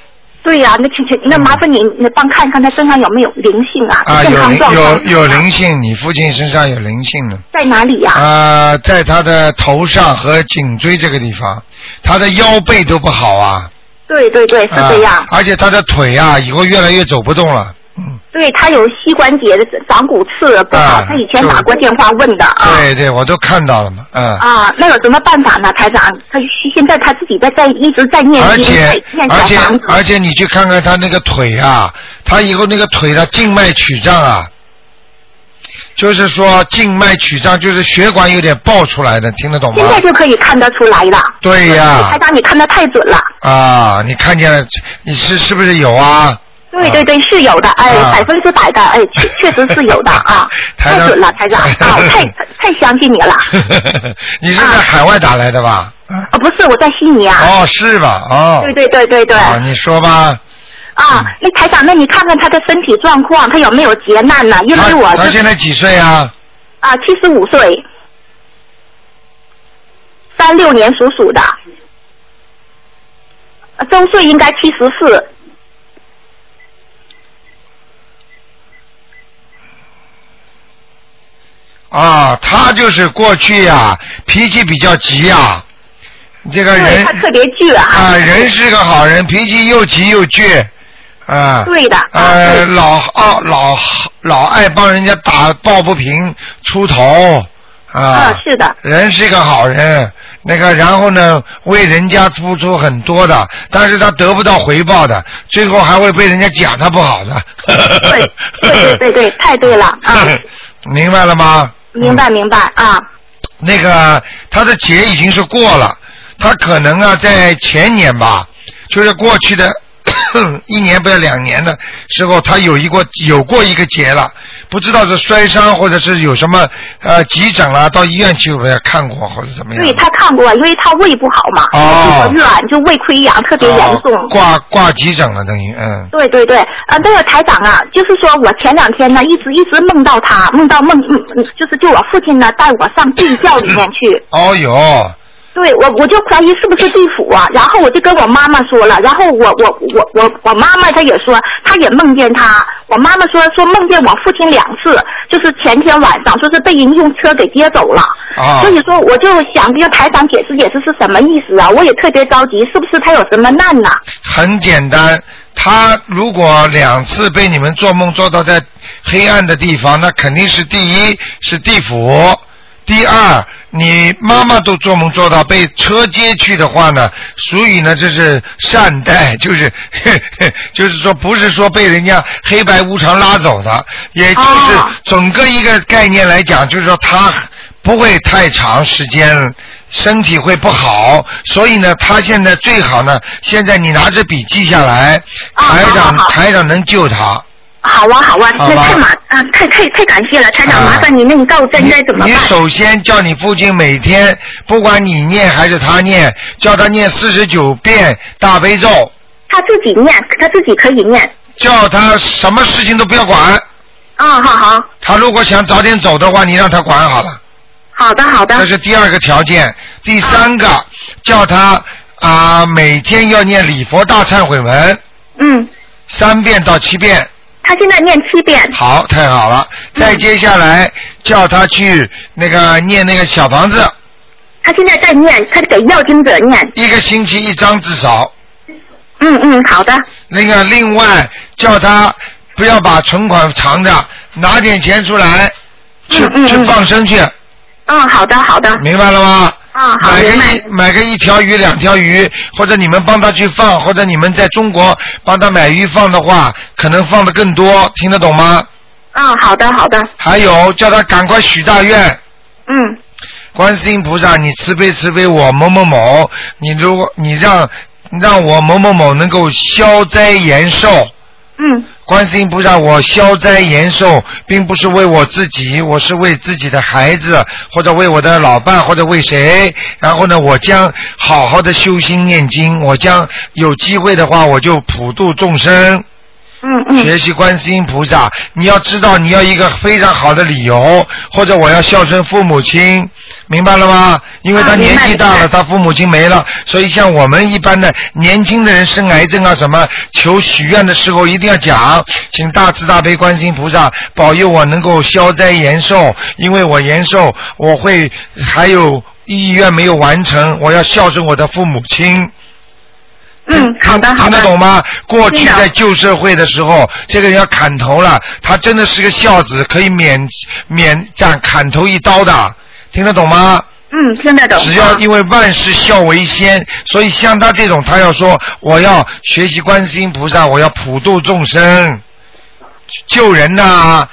S6: 对呀、那请请那麻烦您，你帮看看他身上有没有灵性啊？
S1: 啊，
S6: 健
S1: 有
S6: 康
S1: 灵
S6: 状
S1: 有
S6: 况
S1: 有灵性，你父亲身上有灵性呢。
S6: 在哪里呀、
S1: 啊，在他的头上和颈椎这个地方，他的腰背都不好啊。
S6: 对对对，是这样。
S1: 啊而且他的腿啊，以后越来越走不动了。
S6: 对他有膝关节的长骨刺不好，
S1: 啊
S6: 他以前打过电话问的啊。
S1: 对对，我都看到了嘛，嗯。
S6: 啊，那有什么办法呢，台长？他现在他自己在在一直在念
S1: 而
S6: 经，
S1: 且
S6: 在念小
S1: 而且
S6: 房子。
S1: 而且你去看看他那个腿啊，他以后那个腿的静脉曲张啊，就是说静脉曲张就是血管有点爆出来的，听得懂吗
S6: 现？在就可以看得出来了。哎
S1: 对呀
S6: 台、长，你看得太准了。
S1: 啊，你看见了，你是是不是有啊？ [LAUGHS]
S6: 对对对，是有的，哎，
S1: 啊
S6: 百分之百的，哎，
S1: [LAUGHS]
S6: 确确实是有的啊，
S1: 台
S6: 太
S1: 长
S6: 准了，台长，啊，太太相信你
S1: [LAUGHS]
S6: 了，
S1: 你是在海外打来的吧？
S6: 啊，不是，我在悉尼啊，
S1: 哦，是吧？哦，
S6: 对对对对对，
S1: 啊，你说吧。
S6: 啊，那台长，那你看看他的身体状况，他有没有劫难呢？因为我
S1: 他
S6: 就
S1: 现在几岁啊？
S6: 啊，七十五岁，三六年属鼠的，啊周岁应该七十四。
S1: 啊，他就是过去呀、脾气比较急呀、这个
S6: 对
S1: 人
S6: 他特别倔
S1: 啊，人是个好人，脾气又急又倔，啊，
S6: 对的
S1: 呃，老啊老老爱帮人家打抱不平、出头，啊，
S6: 啊是的
S1: 人是个好人，那个然后呢，为人家付出很多的，但是他得不到回报的，最后还会被人家讲他不好的，对
S6: 对对对，太对了啊！
S1: [LAUGHS] 明白了吗？嗯
S6: 明白明白啊，
S1: 那个他的劫已经是过了，他可能啊在前年吧，就是过去的 [COUGHS] 一年不要两年的时候，他有一过有过一个劫了，不知道是摔伤或者是有什么呃急诊啦、到医院去有没有看过或者怎么样？
S6: 对他看过，因为他胃不好嘛，
S1: 哦
S6: 胃软就胃溃疡特别严重。
S1: 哦挂挂急诊了等于嗯。
S6: 对对对，啊，那个台长啊，就是说我前两天呢，一直一直梦到他，梦到梦，嗯嗯就是就我父亲呢带我上地窖里面
S1: [LAUGHS]
S6: 去，
S1: 哦哟，
S6: 对我我就怀疑是不是地府啊，然后我就跟我妈妈说了，然后我我我我我妈妈她也说，她也梦见他，我妈妈说说梦见我父亲两次，就是前天晚上说是被人用车给接走了，
S1: 啊
S6: 所以说我就想跟台长解释解释是什么意思啊，我也特别着急，是不是他有什么难呐、
S1: 很简单。他如果两次被你们做梦做到在黑暗的地方，那肯定是第一是地府，第二你妈妈都做梦做到被车接去的话呢，所以呢这是善待， [LAUGHS] 就是就是说不是说被人家黑白无常拉走的，也就是整个一个概念来讲，就是说他不会太长时间，身体会不好，所以呢，他现在最好呢，现在你拿着笔记下来，台长台长能救他。
S6: 好啊，好啊，
S1: 好
S6: 那
S1: 吧啊
S6: 太麻啊，太太太感谢了，台长，麻烦您，那你告诉我这应该怎么
S1: 你
S6: 办？
S1: 首先叫你父亲每天，不管你念还是他念，叫他念四十九遍大悲咒，
S6: 他自己念，他自己可以念。
S1: 叫他什么事情都不要管。
S8: 哦
S6: 啊，好好
S1: 他如果想早点走的话，你让他管好了。
S6: 好的好的。
S1: 这是第二个条件，第三个、叫他啊、每天要念礼佛大忏悔文。
S6: 嗯。
S1: 三遍到七遍。
S6: 他现在念七遍。
S1: 好，太好了。
S6: 嗯
S1: 再接下来叫他去那个念那个小房子，
S6: 他现在在念，他给药经者念。
S1: 一个星期一张至少。
S6: 嗯嗯，好的。
S1: 那个另外叫他不要把存款藏着，拿点钱出来，去、去放生去，
S8: 哦
S6: 嗯，好的好的。
S1: 明白了吗？
S6: 啊，好，
S1: 买个
S6: 明白。
S1: 一买个一条鱼两条鱼，或者你们帮他去放，或者你们在中国帮他买鱼放的话，可能放的更多，听得懂吗？
S8: 哦
S6: 嗯，好的好的。
S1: 还有叫他赶快许大愿，
S6: 嗯
S1: 观世音菩萨，你慈悲慈悲我某某某，你如果你让让我某某某能够消灾延寿，
S6: 嗯
S1: 观世音菩萨，我消灾延寿，并不是为我自己，我是为自己的孩子，或者为我的老伴，或者为谁。然后呢，我将好好的修心念经，我将有机会的话，我就普度众生。
S8: 嗯嗯。
S1: 学习观世音菩萨，你要知道你要一个非常好的理由，或者我要孝顺父母亲，明白了吗？因为他
S8: 啊明
S1: 年
S8: 白
S1: 纪大了，
S8: 明白
S1: 他父母亲没了，所以像我们一般的年轻的人生癌症啊什么，求许愿的时候一定要讲，请大慈大悲观世音菩萨保佑我能够消灾延寿，因为我延寿我会还有意愿没有完成，我要孝顺我的父母亲。
S8: 嗯，好的好
S1: 听得
S8: 的。
S1: 懂吗？过去
S8: 听得
S1: 在旧社会的时候，这个人要砍头了，他真的是个孝子，可以免免斩砍头一刀的，听得懂吗？
S8: 嗯，听得懂。
S1: 只要
S8: 啊
S1: 因为万事孝为先，所以像他这种，他要说我要学习观世音菩萨，我要普度众生，救人呐、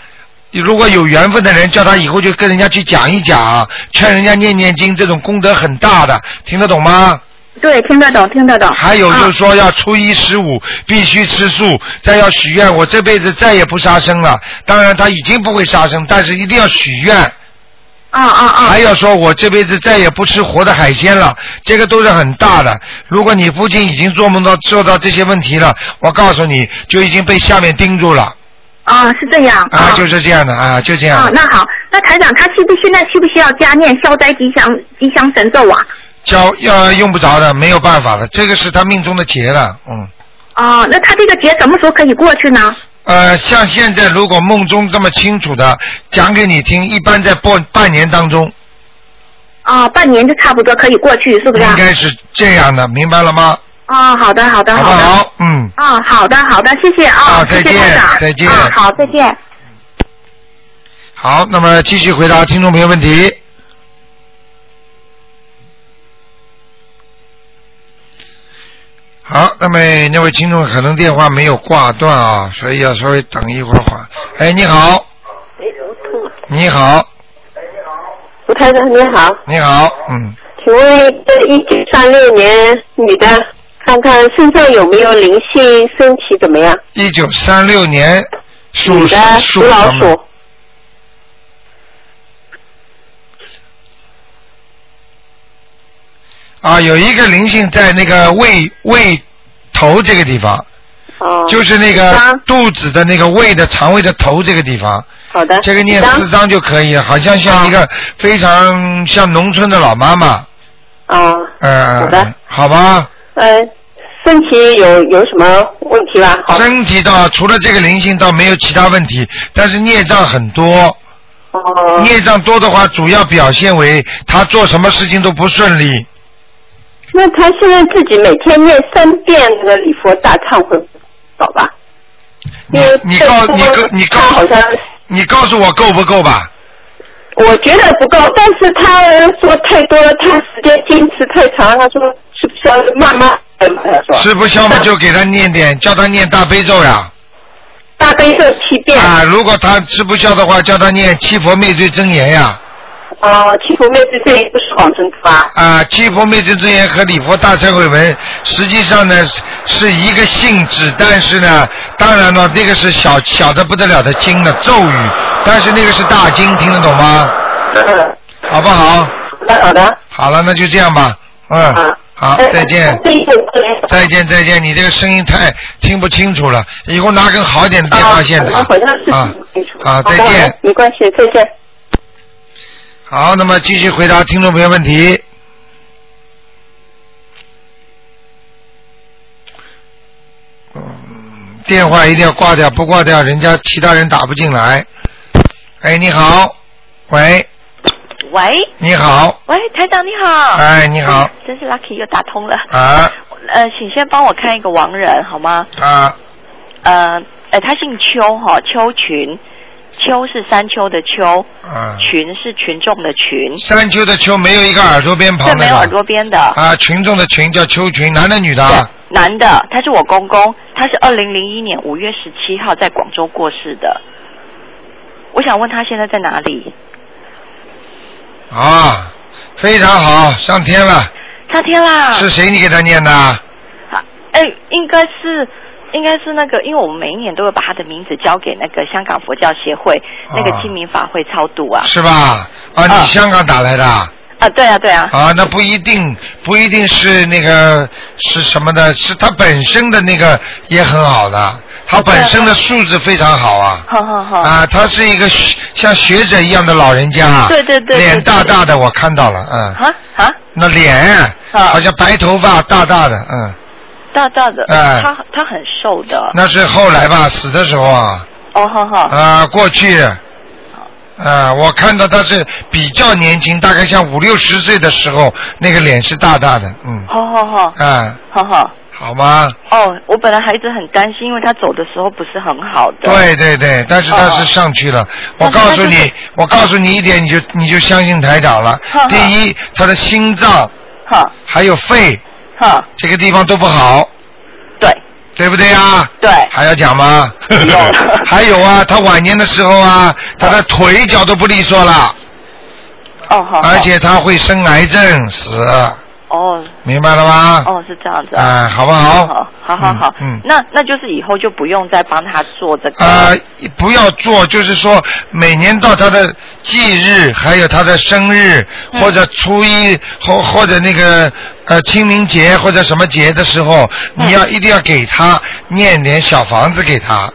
S1: 如果有缘分的人，叫他以后就跟人家去讲一讲，劝人家念念经，这种功德很大的，听得懂吗？
S8: 对，听得懂，听得懂。
S1: 还有就是
S8: 啊
S1: 说要初一十五必须吃素，再要许愿，我这辈子再也不杀生了。当然他已经不会杀生，但是一定要许愿。
S8: 啊啊啊！
S1: 还要说我这辈子再也不吃活的海鲜了，这个都是很大的。如果你父亲已经做梦到受到这些问题了，我告诉你就已经被下面盯住了
S8: 啊，是这样。
S1: 啊，就是这样的啊，就这样
S8: 啊，
S1: 的。
S8: 那好，那台长他需不需那需不需要加念消灾吉祥吉祥神咒啊？
S1: 教要用不着的，没有办法的，这个是他命中的劫了，嗯。
S8: 哦，那他这个节什么时候可以过去呢？
S1: 呃，像现在如果梦中这么清楚的讲给你听，一般在半半年当中，
S8: 啊，半年就差不多可以过去，是不是啊
S1: 应？该是这样的，明白了吗？
S6: 哦
S8: 啊，好的，好的，
S1: 好不
S8: 的。
S1: 好？嗯。
S8: 啊，好的，好的，谢谢
S1: 啊
S6: 哦
S8: 啊，谢
S1: 再见
S8: 谢台长，
S1: 再见
S8: 啊，好，再见。
S1: 好，那么继续回答听众朋友问题。好，那么那位听众可能电话没有挂断啊，所以要稍微等一会儿话。哎，你好，你好，
S9: 哎吴台长你好，
S1: 你好，嗯，
S9: 请问这一九三六年女的，看看身上有没有灵性，身体怎么样？
S1: 一九三六年属
S9: 女的
S1: 属
S9: 属老
S1: 什么
S9: 鼠，
S1: 啊，有一个灵性在那个胃胃头这个地方，
S9: 哦，
S1: 就是那
S9: 啊
S1: 个肚子的那个胃的肠胃的头这个地方，
S9: 好的，
S1: 这个念
S9: 几张
S1: 四张就可以了，好像像一个非常像农村的老妈妈，
S9: 哦，好
S1: 呃
S9: 的，
S1: 好吧，
S9: 呃，身体有有什么问题吧？好，
S1: 身体倒除了这个灵性倒没有其他问题，但是孽障很多，
S9: 哦，
S1: 孽障多的话，主要表现为他做什么事情都不顺利，
S9: 那她现在自己每天念三遍那个礼佛大忏悔，好吧？
S1: 你
S9: 因为
S1: 你
S9: 这
S1: 告
S9: 个
S1: 你告你告
S9: 她好像
S1: 你告诉我够不够吧？
S9: 我觉得不够，但是他说太多了，他时间坚持太长了，他说是不是要慢慢呃来嘛？他说
S1: 吃不消嘛，就给他念
S9: [LAUGHS]
S1: 点，叫他念大悲咒呀。
S9: 大悲咒七遍，
S1: 啊，如果他吃不消的话，叫他念七佛灭罪真言呀。
S9: 哦，七佛妹子这一不是往生咒啊？
S1: 啊，七佛灭罪真言和礼佛大忏悔文，实际上呢是是一个性质，但是呢，当然了，这个是小小的不得了的经的咒语，但是那个是大经，听得懂吗？
S9: 嗯，
S1: 好不好？
S9: 那好的，
S1: 好了，那就这样吧。嗯
S9: 啊，，
S1: 好，再见。
S9: 再见，
S1: 再见再见，你这个声音太听不清楚了，以后拿根好一点的电话线打。
S9: 啊，好像是
S1: 啊啊，再见。，
S9: 没关系，再见。
S1: 好，那么继续回答听众朋友问题。嗯，电话一定要挂掉，不挂掉人家其他人打不进来。哎，你好，喂，
S10: 喂
S1: 你好，
S10: 喂，台长你好。嗯
S1: 哎，你好，
S10: 真是 lucky 又打通了。
S1: 啊
S10: 呃，请先帮我看一个亡人好吗？
S1: 啊，
S10: 呃，呃，他姓邱哈、邱群，邱是山丘的丘，
S1: 啊，
S10: 群是群众的群，
S1: 山丘的丘没有一个耳朵边
S10: 这
S1: 旁的
S10: 没有
S1: 吧
S10: 耳朵边的。
S1: 啊，群众的群叫丘群，男的女的啊？
S10: 对男的，他是我公公，他是二零零一年五月十七号在广州过世的。我想问他现在在哪里？
S1: 啊，非常好，上天了。
S10: 上天啦！
S1: 是谁你给他念的啊？
S10: 啊，哎，应该是。应该是那个，因为我们每一年都会把他的名字交给那个香港佛教协会、那个
S1: 啊
S10: 清明法会超度啊。
S1: 是吧？啊，
S10: 啊
S1: 你香港打来的啊？
S10: 啊，对啊，对啊，
S1: 啊，那不一定，不一定是那个是什么的，是他本身的那个也很好的，他本身的素质非常好啊。
S10: 好好好。
S1: 啊，他是一个学像学者一样的老人家啊。
S10: 对对对对
S1: 脸大大的，我看到了，嗯。
S10: 啊啊，
S1: 那脸
S10: 啊
S1: 好像白头发，大大的，嗯。
S10: 大大的，
S1: 哎
S10: 他他很瘦的。
S1: 那是后来吧，死的时候啊，
S10: 哦，好好。
S1: 啊，过去，啊，我看到他是比较年轻，大概像五六十岁的时候，那个脸是大大的，嗯，
S10: 好好好，
S1: 啊，
S10: 好好。
S1: 好吗？
S10: 哦，我本来还一直很担心，因为他走的时候不是很好的。
S1: 对对对，但是他是上去了。我告诉你，我告诉你一点，你就你就相信台长了
S10: 哈哈。
S1: 第一，他的心脏
S10: 哈
S1: 还有肺
S10: 哈
S1: 这个地方都不好。
S10: 对。
S1: 对不对啊？
S10: 对。
S1: 还要讲吗？ [LAUGHS] 还有啊，他晚年的时候啊，他的腿脚都不利索了，
S10: 哦，好。好
S1: 而且他会生癌症死，
S10: 哦。
S1: 明白了吗？
S10: 哦，是这样子。
S1: 啊好不好
S10: 好，好好好。
S1: 嗯嗯
S10: 那那就是以后就不用再帮他做这个。
S1: 啊、不要做，就是说每年到他的忌日，还有他的生日，
S10: 嗯
S1: 或者初一，或或者那个呃清明节或者什么节的时候，
S10: 嗯
S1: 你要一定要给他念点小房子给他，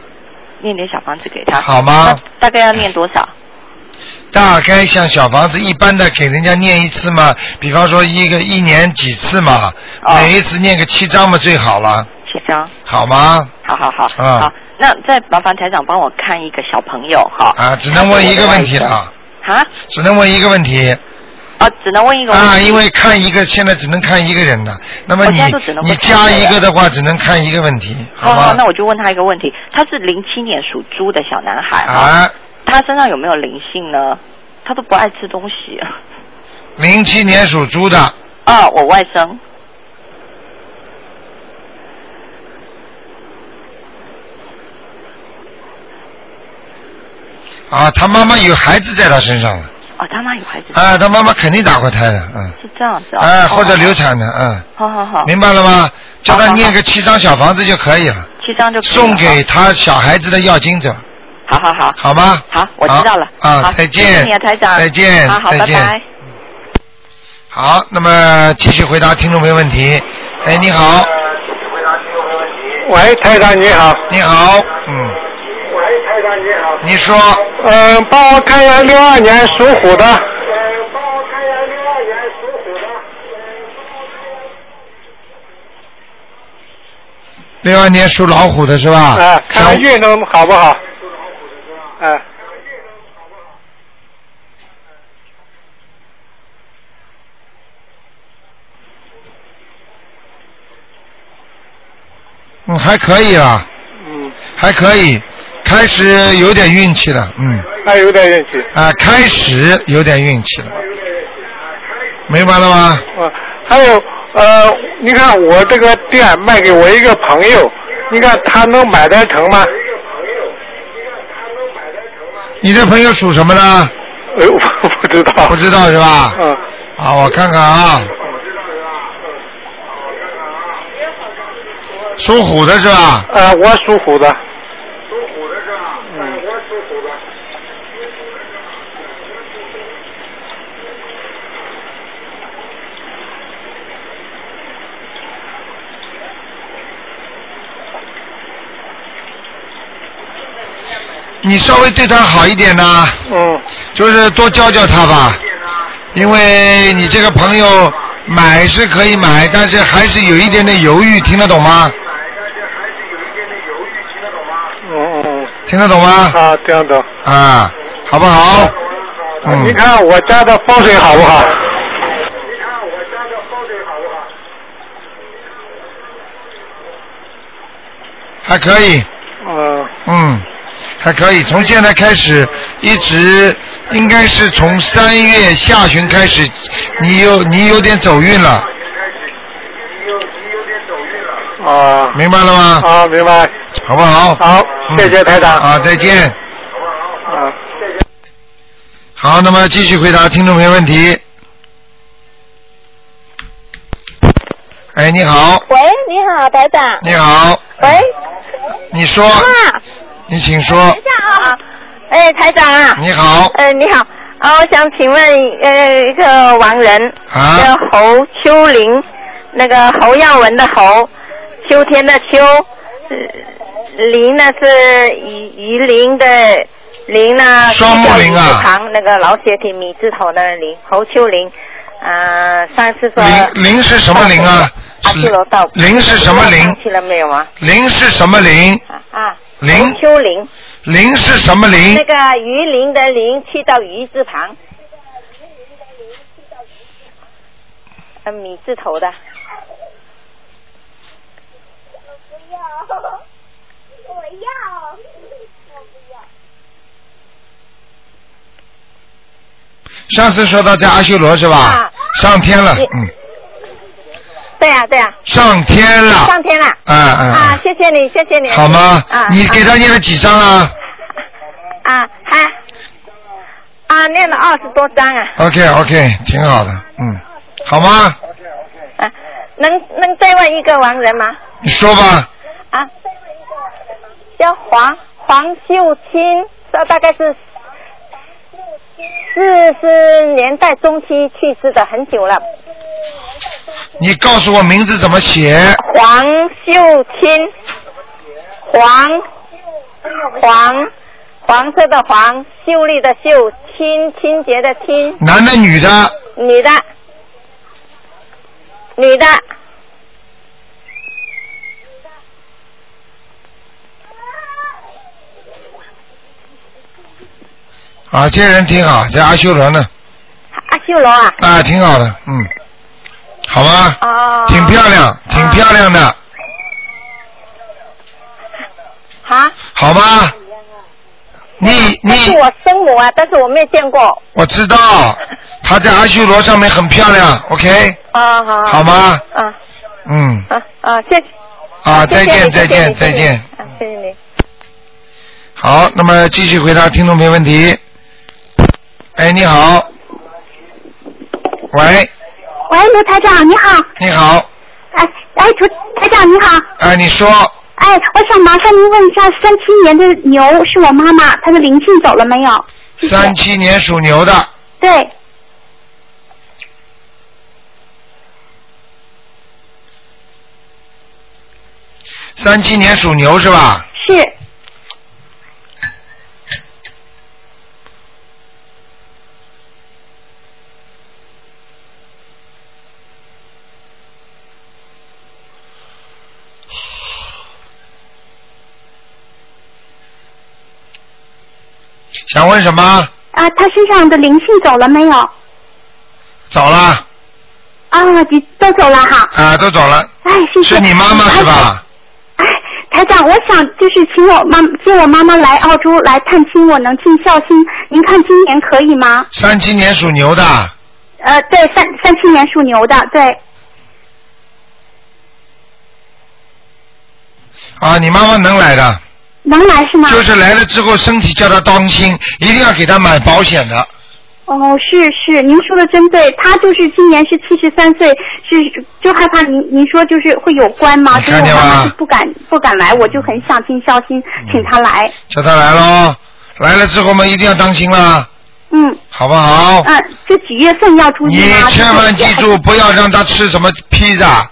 S10: 念点小房子给他。
S1: 好吗？
S10: 大概要念多少？
S1: 大概像小房子一般的给人家念一次嘛，比方说一个一年几次嘛，
S10: 哦
S1: 每一次念个七章嘛最好了，
S10: 七张。
S1: 好吗？
S10: 好好好。
S1: 啊
S10: 好，那再麻烦台长帮我看一个小朋友哈。
S1: 啊，只能问一个问题了，
S10: 啊，
S1: 只能问一个问题。
S10: 哦，只能问一个问题。
S1: 啊，因为看一个现在只能看一个人的，那么
S10: 我
S1: 你
S10: 现在都只能
S1: 你
S10: 会
S1: 加
S10: 看一个
S1: 一个
S10: 人
S1: 的话，只能看一个问题，
S10: 好
S1: 吗？
S10: 哦那我就问他一个问题，他是零七年属猪的小男孩哈，
S1: 啊，
S10: 他身上有没有灵性呢？他都不爱吃东西。
S1: 零七年属猪的，
S10: 啊，我外甥。
S1: 啊，他妈妈有孩子在他身上了，
S10: 哦，他妈有孩子。
S1: 啊，他妈妈肯定打过胎的，嗯，
S10: 是这样子啊。
S1: 啊，
S10: 哦
S1: 或者流。产的，嗯，
S10: 好好好。
S1: 明白了吗？叫他念个七张小房子就可以了，
S10: 七张就可以了
S1: 送给。他小孩子的要经者，
S10: 好好好。
S1: 好吗？
S10: 好，我知道了。
S1: 啊
S10: 好
S1: 再见
S10: 谢谢你啊，台长。
S1: 再见
S10: 好好，
S1: 再
S10: 拜
S1: 见
S10: 拜。
S1: 好，那么继续回答听众朋友问题。哎，你好，
S11: 喂，台长你好。
S1: 你好，嗯。你说。
S11: 嗯、帮我看一下六二年属虎的。
S1: 六二年属老虎的是吧？
S11: 啊，看看运能好不好？啊，
S1: 嗯，还可以啦，
S11: 嗯，
S1: 还可以，开始有点运气了，嗯，
S11: 还有点运气。
S1: 啊，开始有点运气了，明白了吗？
S11: 啊，还有呃，你看我这个店卖给我一个朋友，你看他能买得成吗？
S1: 你这朋友属什么呢？
S11: 哎，我不知道。
S1: 不知道是吧？
S11: 嗯。
S1: 啊，我看看啊。属虎的是吧？
S11: 啊，我属虎的。
S1: 你稍微对他好一点呐、
S11: 嗯。
S1: 就是多教教他吧，因为你这个朋友买是可以买，但是还是有一点点犹豫，听得懂吗？
S11: 嗯嗯
S1: 听得懂吗
S11: 嗯。？啊，这样的。
S1: 啊，好不好？嗯
S11: 你看我家的风水好不好？
S1: 还可以，
S11: 嗯
S1: 嗯，还可以。从现在开始，一直应该是从三月下旬开始，你有你有点走运了，
S11: 啊
S1: 明白了吗？
S11: 啊，明白。
S1: 好不好？
S11: 好，
S1: 嗯
S11: 谢谢台长。
S1: 啊，再见。
S11: 啊。
S1: 好，那么继续回答听众朋友问题。哎，你好，
S12: 喂，你好，台长。
S1: 你好，
S12: 喂，
S1: 你说，
S12: 啊，
S1: 你请说
S12: 等一。下啊。哎，台长啊。
S1: 你好
S12: 呃，你好，啊，我想请问呃一个亡人，
S1: 啊
S12: 叫侯秋林，那个侯耀文的侯，秋天的秋，
S10: 呃林呢是鱼鱼鳞的鳞呢，
S1: 双木林啊
S10: 旁那个老铁体米字头的林，侯秋林。啊、上次说
S1: 林林是什么林啊？
S10: 阿修罗道。
S1: 林是什么林
S10: 想起了没有啊？
S1: 林是什么林？
S10: 啊，
S1: 林
S10: 侯秋林。
S1: 林是什么林
S10: 那？个鱼鳞的鳞去到鱼字旁，呃，米字头的。
S6: 我要，
S1: 上次说到在阿修罗是吧？
S10: 啊
S1: 上天了，嗯，
S10: 对呀、对呀、
S1: 上天了，
S10: 上天了。
S1: 啊啊，
S10: 啊，谢谢你，谢谢你。
S1: 好吗
S10: 啊，？
S1: 你给他念了几张啊
S10: 啊？啊，还啊，念了二十多张啊，
S1: ？OK OK，挺好的，嗯，好吗？
S10: 啊能能再问一个亡人吗？
S1: 你说吧，
S10: 啊，叫黄黄秀清，这大概是四十年代中期去世的，很久了。
S1: 你告诉我名字怎么写？
S10: 黄秀清，黄黄黄色的黄，秀丽的秀，清清洁的清，
S1: 男的女的？
S10: 女的，女的，
S1: 啊，这人挺好，在阿修罗呢，
S10: 阿修罗啊。
S1: 啊，挺好的，嗯，好吗？
S10: 哦
S1: 挺漂亮，
S10: 嗯
S1: 挺漂亮的，
S10: 啊，
S1: 好吗？你
S10: 她是我生母啊，但是我没有见过。
S1: 我知道，她在阿修罗上面很漂亮，OK，
S10: 啊，好。
S1: 好吗？
S10: 啊
S1: 嗯，
S10: 啊啊，谢谢。
S1: 啊，再见，
S10: 谢
S1: 再
S10: 谢
S1: 见，
S10: 你
S1: 再。
S10: 谢谢你
S1: 见。
S10: 啊，谢谢你。
S1: 好，那么继续回答听众朋友问题。哎，你好，喂，
S6: 喂，卢台长，你好。
S1: 你好，
S6: 哎哎，卢台长你好。
S1: 哎，你说
S6: 哎，我想麻烦您问一下，三七年的牛是我妈妈，她的灵性走了没有？
S1: 三七年属牛的，
S6: 对，
S1: 三七年属牛是吧？
S6: 是
S1: 想问什么？
S6: 啊，她身上的灵性走了没有？
S1: 走了
S6: 啊，你都走了哈。
S1: 啊，都走了，
S6: 哎，谢谢。
S1: 是
S6: 哎
S1: 你妈妈是吧？
S6: 台长，我想就是请我妈接我妈妈来澳洲来探亲，我能尽孝心。您看今年可以吗？
S1: 三七年属牛的，
S6: 呃，对，三三七年属牛的，对，
S1: 啊，你妈妈能来的，
S6: 能来是吗？
S1: 就是来了之后身体叫她当心，一定要给她买保险的，
S6: 哦，是是，您说的真对，他就是今年是七十三岁，是就害怕您您说就是会有关吗？
S1: 你
S6: 所
S1: 看
S6: 以我
S1: 见
S6: 妈妈
S1: 吗嗯
S6: 就不敢不敢来，我就很想尽孝心请他来。
S1: 叫她来喽。来了之后嘛，一定要当心啦，
S6: 嗯
S1: 好不好？
S6: 嗯，这几月份要出去
S1: 哦你
S6: 吗？
S1: 千万记住，不要让他吃什么披萨，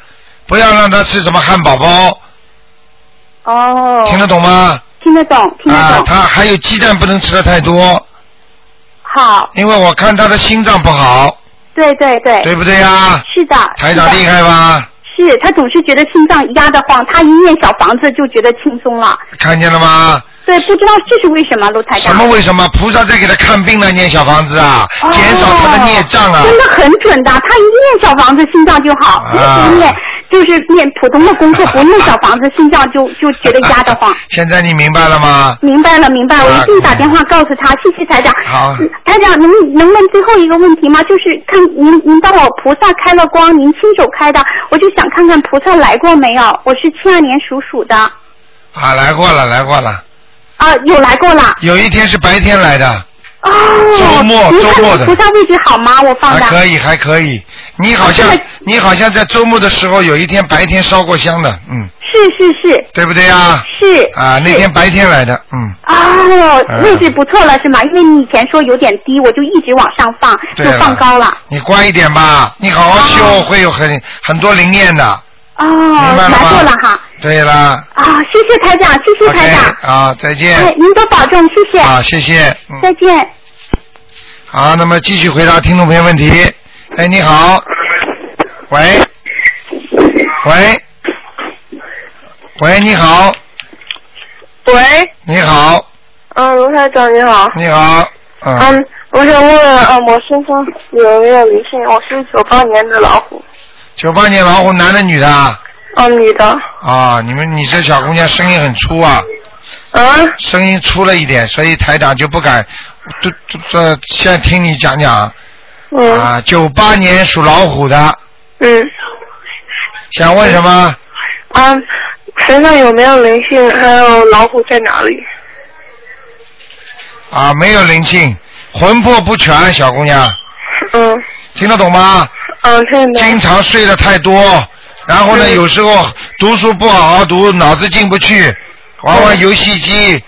S1: 不要让他吃什么汉堡包，
S6: 哦，
S1: 听得懂吗？
S6: 听得懂，听得
S1: 啊，
S6: 懂。
S1: 他还有鸡蛋不能吃的太多，
S6: 好，
S1: 因为我看他的心脏不好，
S6: 对对对。
S1: 对不对呀
S6: 哎是的。
S1: 台长
S6: 是的
S1: 厉害？吧？
S6: 是他总是觉得心脏压得慌，他一念小房子就觉得轻松了。
S1: 看见了吗？
S6: 对，不知道这是为什么，卢台长。
S1: 什么为什么？菩萨在给他看病呢，念小房子啊，
S6: 哦
S1: 减少他的孽障啊。
S6: 真的很准的，他一念小房子，心脏就好；
S1: 啊
S6: 一不念，就是念普通的功课，不念小房子，心脏就就觉得压得慌。
S1: [LAUGHS] 现在你明白了吗？
S6: 明白了，明白，我一定打电话告诉他。谢谢台长。
S1: 啊好，
S6: 嗯台长，您能问最后一个问题吗？就是看您，您帮我菩萨开了光，您亲手开的，我就想看看菩萨来过没有。我是七二年属鼠的，
S1: 啊，来过了，来过了。
S6: 啊，有来过啦。
S1: 有一天是白天来的，
S6: 哦，
S1: 周末
S6: 您看
S1: 周末的
S6: 菩萨位置好吗？我放
S1: 还
S6: 的。
S1: 啊可以，还可以。你好像你好像在周末的时候有一天白天烧过香的，嗯，
S6: 是是是。
S1: 对不对啊？
S6: 是。
S1: 啊，那天白天来的，嗯，
S6: 哦，
S1: 嗯
S6: 位置不错了是吗？因为你以前说有点低，我就一直往上放，就
S1: 对了
S6: 放高了。
S1: 你乖一点吧，你好好修，会有很很多灵验的。
S13: 哦，拿过了哈。
S1: 对啦，
S13: 啊，谢谢台长，谢谢台长。
S1: 啊，再
S13: 哎，
S1: 见。
S13: 您多保重，谢谢。
S1: 啊，谢谢。
S13: 再见。
S1: 好，那么继续回答听众朋友问题。哎，你好。喂。喂。喂，你好，
S14: 喂，
S1: 你好，
S14: 嗯，卢台长你好，
S1: 你好。嗯。
S14: 嗯，我想问，嗯，我身上有没有灵性？我是九八年的老虎，
S1: 九八年老虎，男的女的啊？
S14: 嗯，女的，
S1: 啊，你们你这小姑娘声音很粗啊。
S14: 啊。
S1: 声音粗了一点，所以台长就不敢，这这这，现在听你讲讲。
S14: 嗯。
S1: 啊，九八年属老虎的，
S14: 嗯，
S1: 想问什么？
S14: 啊，身上有没有灵性？还有老虎在哪里？
S1: 啊，没有灵性，魂魄不全，小姑娘。
S14: 嗯。
S1: 听得懂吗？
S14: 嗯，听
S1: 经常睡得太多，然后呢，有时候读书不好好读，脑子进不去，玩玩游戏机，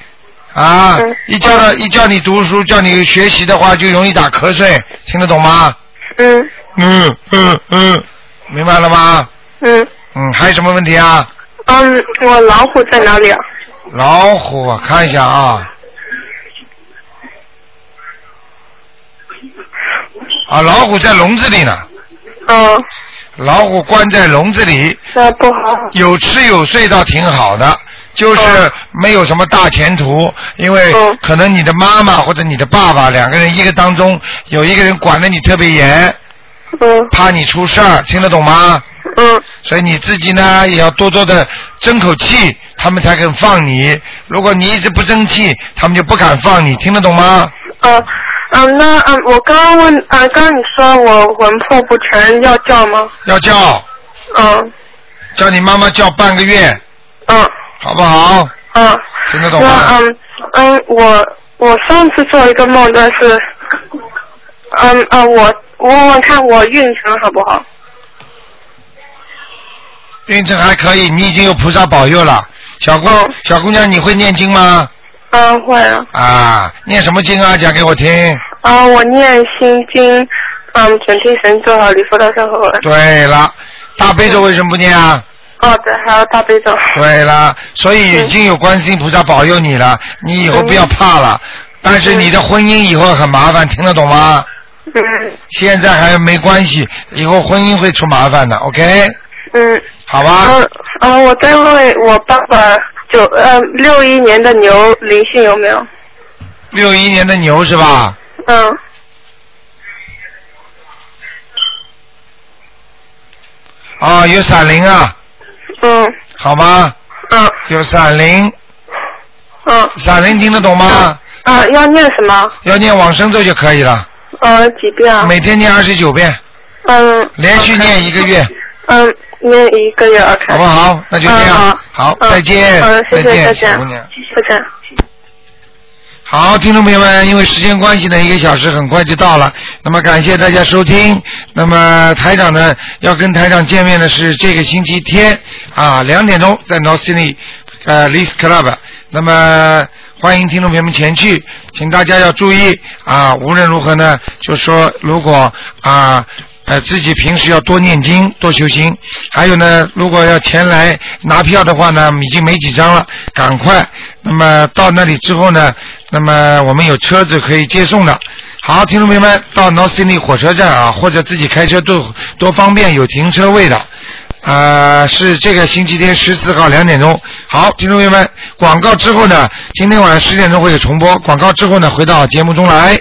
S1: 啊，一叫他一叫你读书，叫你学习的话，就容易打瞌睡，听得懂吗？
S14: 嗯。
S1: 嗯嗯嗯，明白了吗？
S14: 嗯
S1: 嗯，还有什么问题啊？
S14: 嗯，我老虎在哪里啊？
S1: 老虎，我看一下啊。啊，老虎在笼子里呢。
S14: 嗯。
S1: 老虎关在笼子里。
S14: 那不好。
S1: 有吃有睡倒挺好的，就是没有什么大前途，因为可能你的妈妈或者你的爸爸两个人一个当中有一个人管得你特别严，
S14: 嗯，
S1: 怕你出事儿，听得懂吗？
S14: 嗯，
S1: 所以你自己呢也要多多的争口气，他们才肯放你。如果你一直不争气，他们就不敢放你，听得懂吗？
S14: 嗯嗯，那嗯，我刚刚问，啊，刚刚你说我魂魄不全要叫吗？
S1: 要叫，
S14: 嗯
S1: 叫你妈妈叫半个月，
S14: 嗯
S1: 好不好？
S14: 嗯。
S1: 听得懂吗？
S14: 那嗯嗯，我我上次做一个梦，但是，嗯啊，我我问问看我运程好不好？
S1: 运程还可以，你已经有菩萨保佑了。小姑、小姑娘，你会念经吗？
S14: 嗯，会啊。
S1: 啊，念什么经啊？讲给我听。
S14: 啊，我念心经，嗯，准提神咒和礼佛大圣和。
S1: 对了，大悲咒为什么不念啊？
S14: 哦，对，还有大悲咒。
S1: 对了，所以已经有观世音菩萨保佑你了，你以后不要怕了。但是你的婚姻以后很麻烦，听得懂吗？
S14: 嗯
S1: 现在还没关系，以后婚姻会出麻烦的，OK？
S14: 嗯。
S1: 好吧。
S14: 嗯嗯，我再问我爸爸九呃六一年的牛灵性有没有？
S1: 六一年的牛是吧？
S14: 嗯
S1: 啊，有闪灵啊，
S14: 嗯
S1: 好吗？
S14: 嗯。
S1: 有闪灵，
S14: 嗯
S1: 闪灵听得懂吗？
S14: 啊，要念什么？
S1: 要念往生咒就可以了，
S14: 呃，几遍啊？
S1: 每天念二十九遍，
S14: 嗯
S1: 连续念一个月，
S14: 嗯，念一个月 OK。
S1: 好不好？那就这样，好，再见
S14: 嗯，，谢
S1: 再
S14: 谢，再
S1: 见，
S14: 见
S1: 小姑娘。，
S14: 再见。
S1: 好，听众朋友们，因为时间关系呢，一个小时很快就到了。那么感谢大家收听。那么台长呢，要跟台长见面的是这个星期天啊，两点钟在 North Sydney 呃 l e a s Club。那么欢迎听众朋友们前去，请大家要注意啊。无论如何呢，就说如果啊。呃，自己平时要多念经，多修心。还有呢，如果要前来拿票的话呢，已经没几张了，赶快。那么到那里之后呢，那么我们有车子可以接送的。好，听众朋友们，到 North Sydney 火车站啊，或者自己开车都多方便，有停车位的。呃，是这个星期天十四号两点钟。好，听众朋友们，广告之后呢，今天晚上十点钟会有重播。广告之后呢，回到节目中来。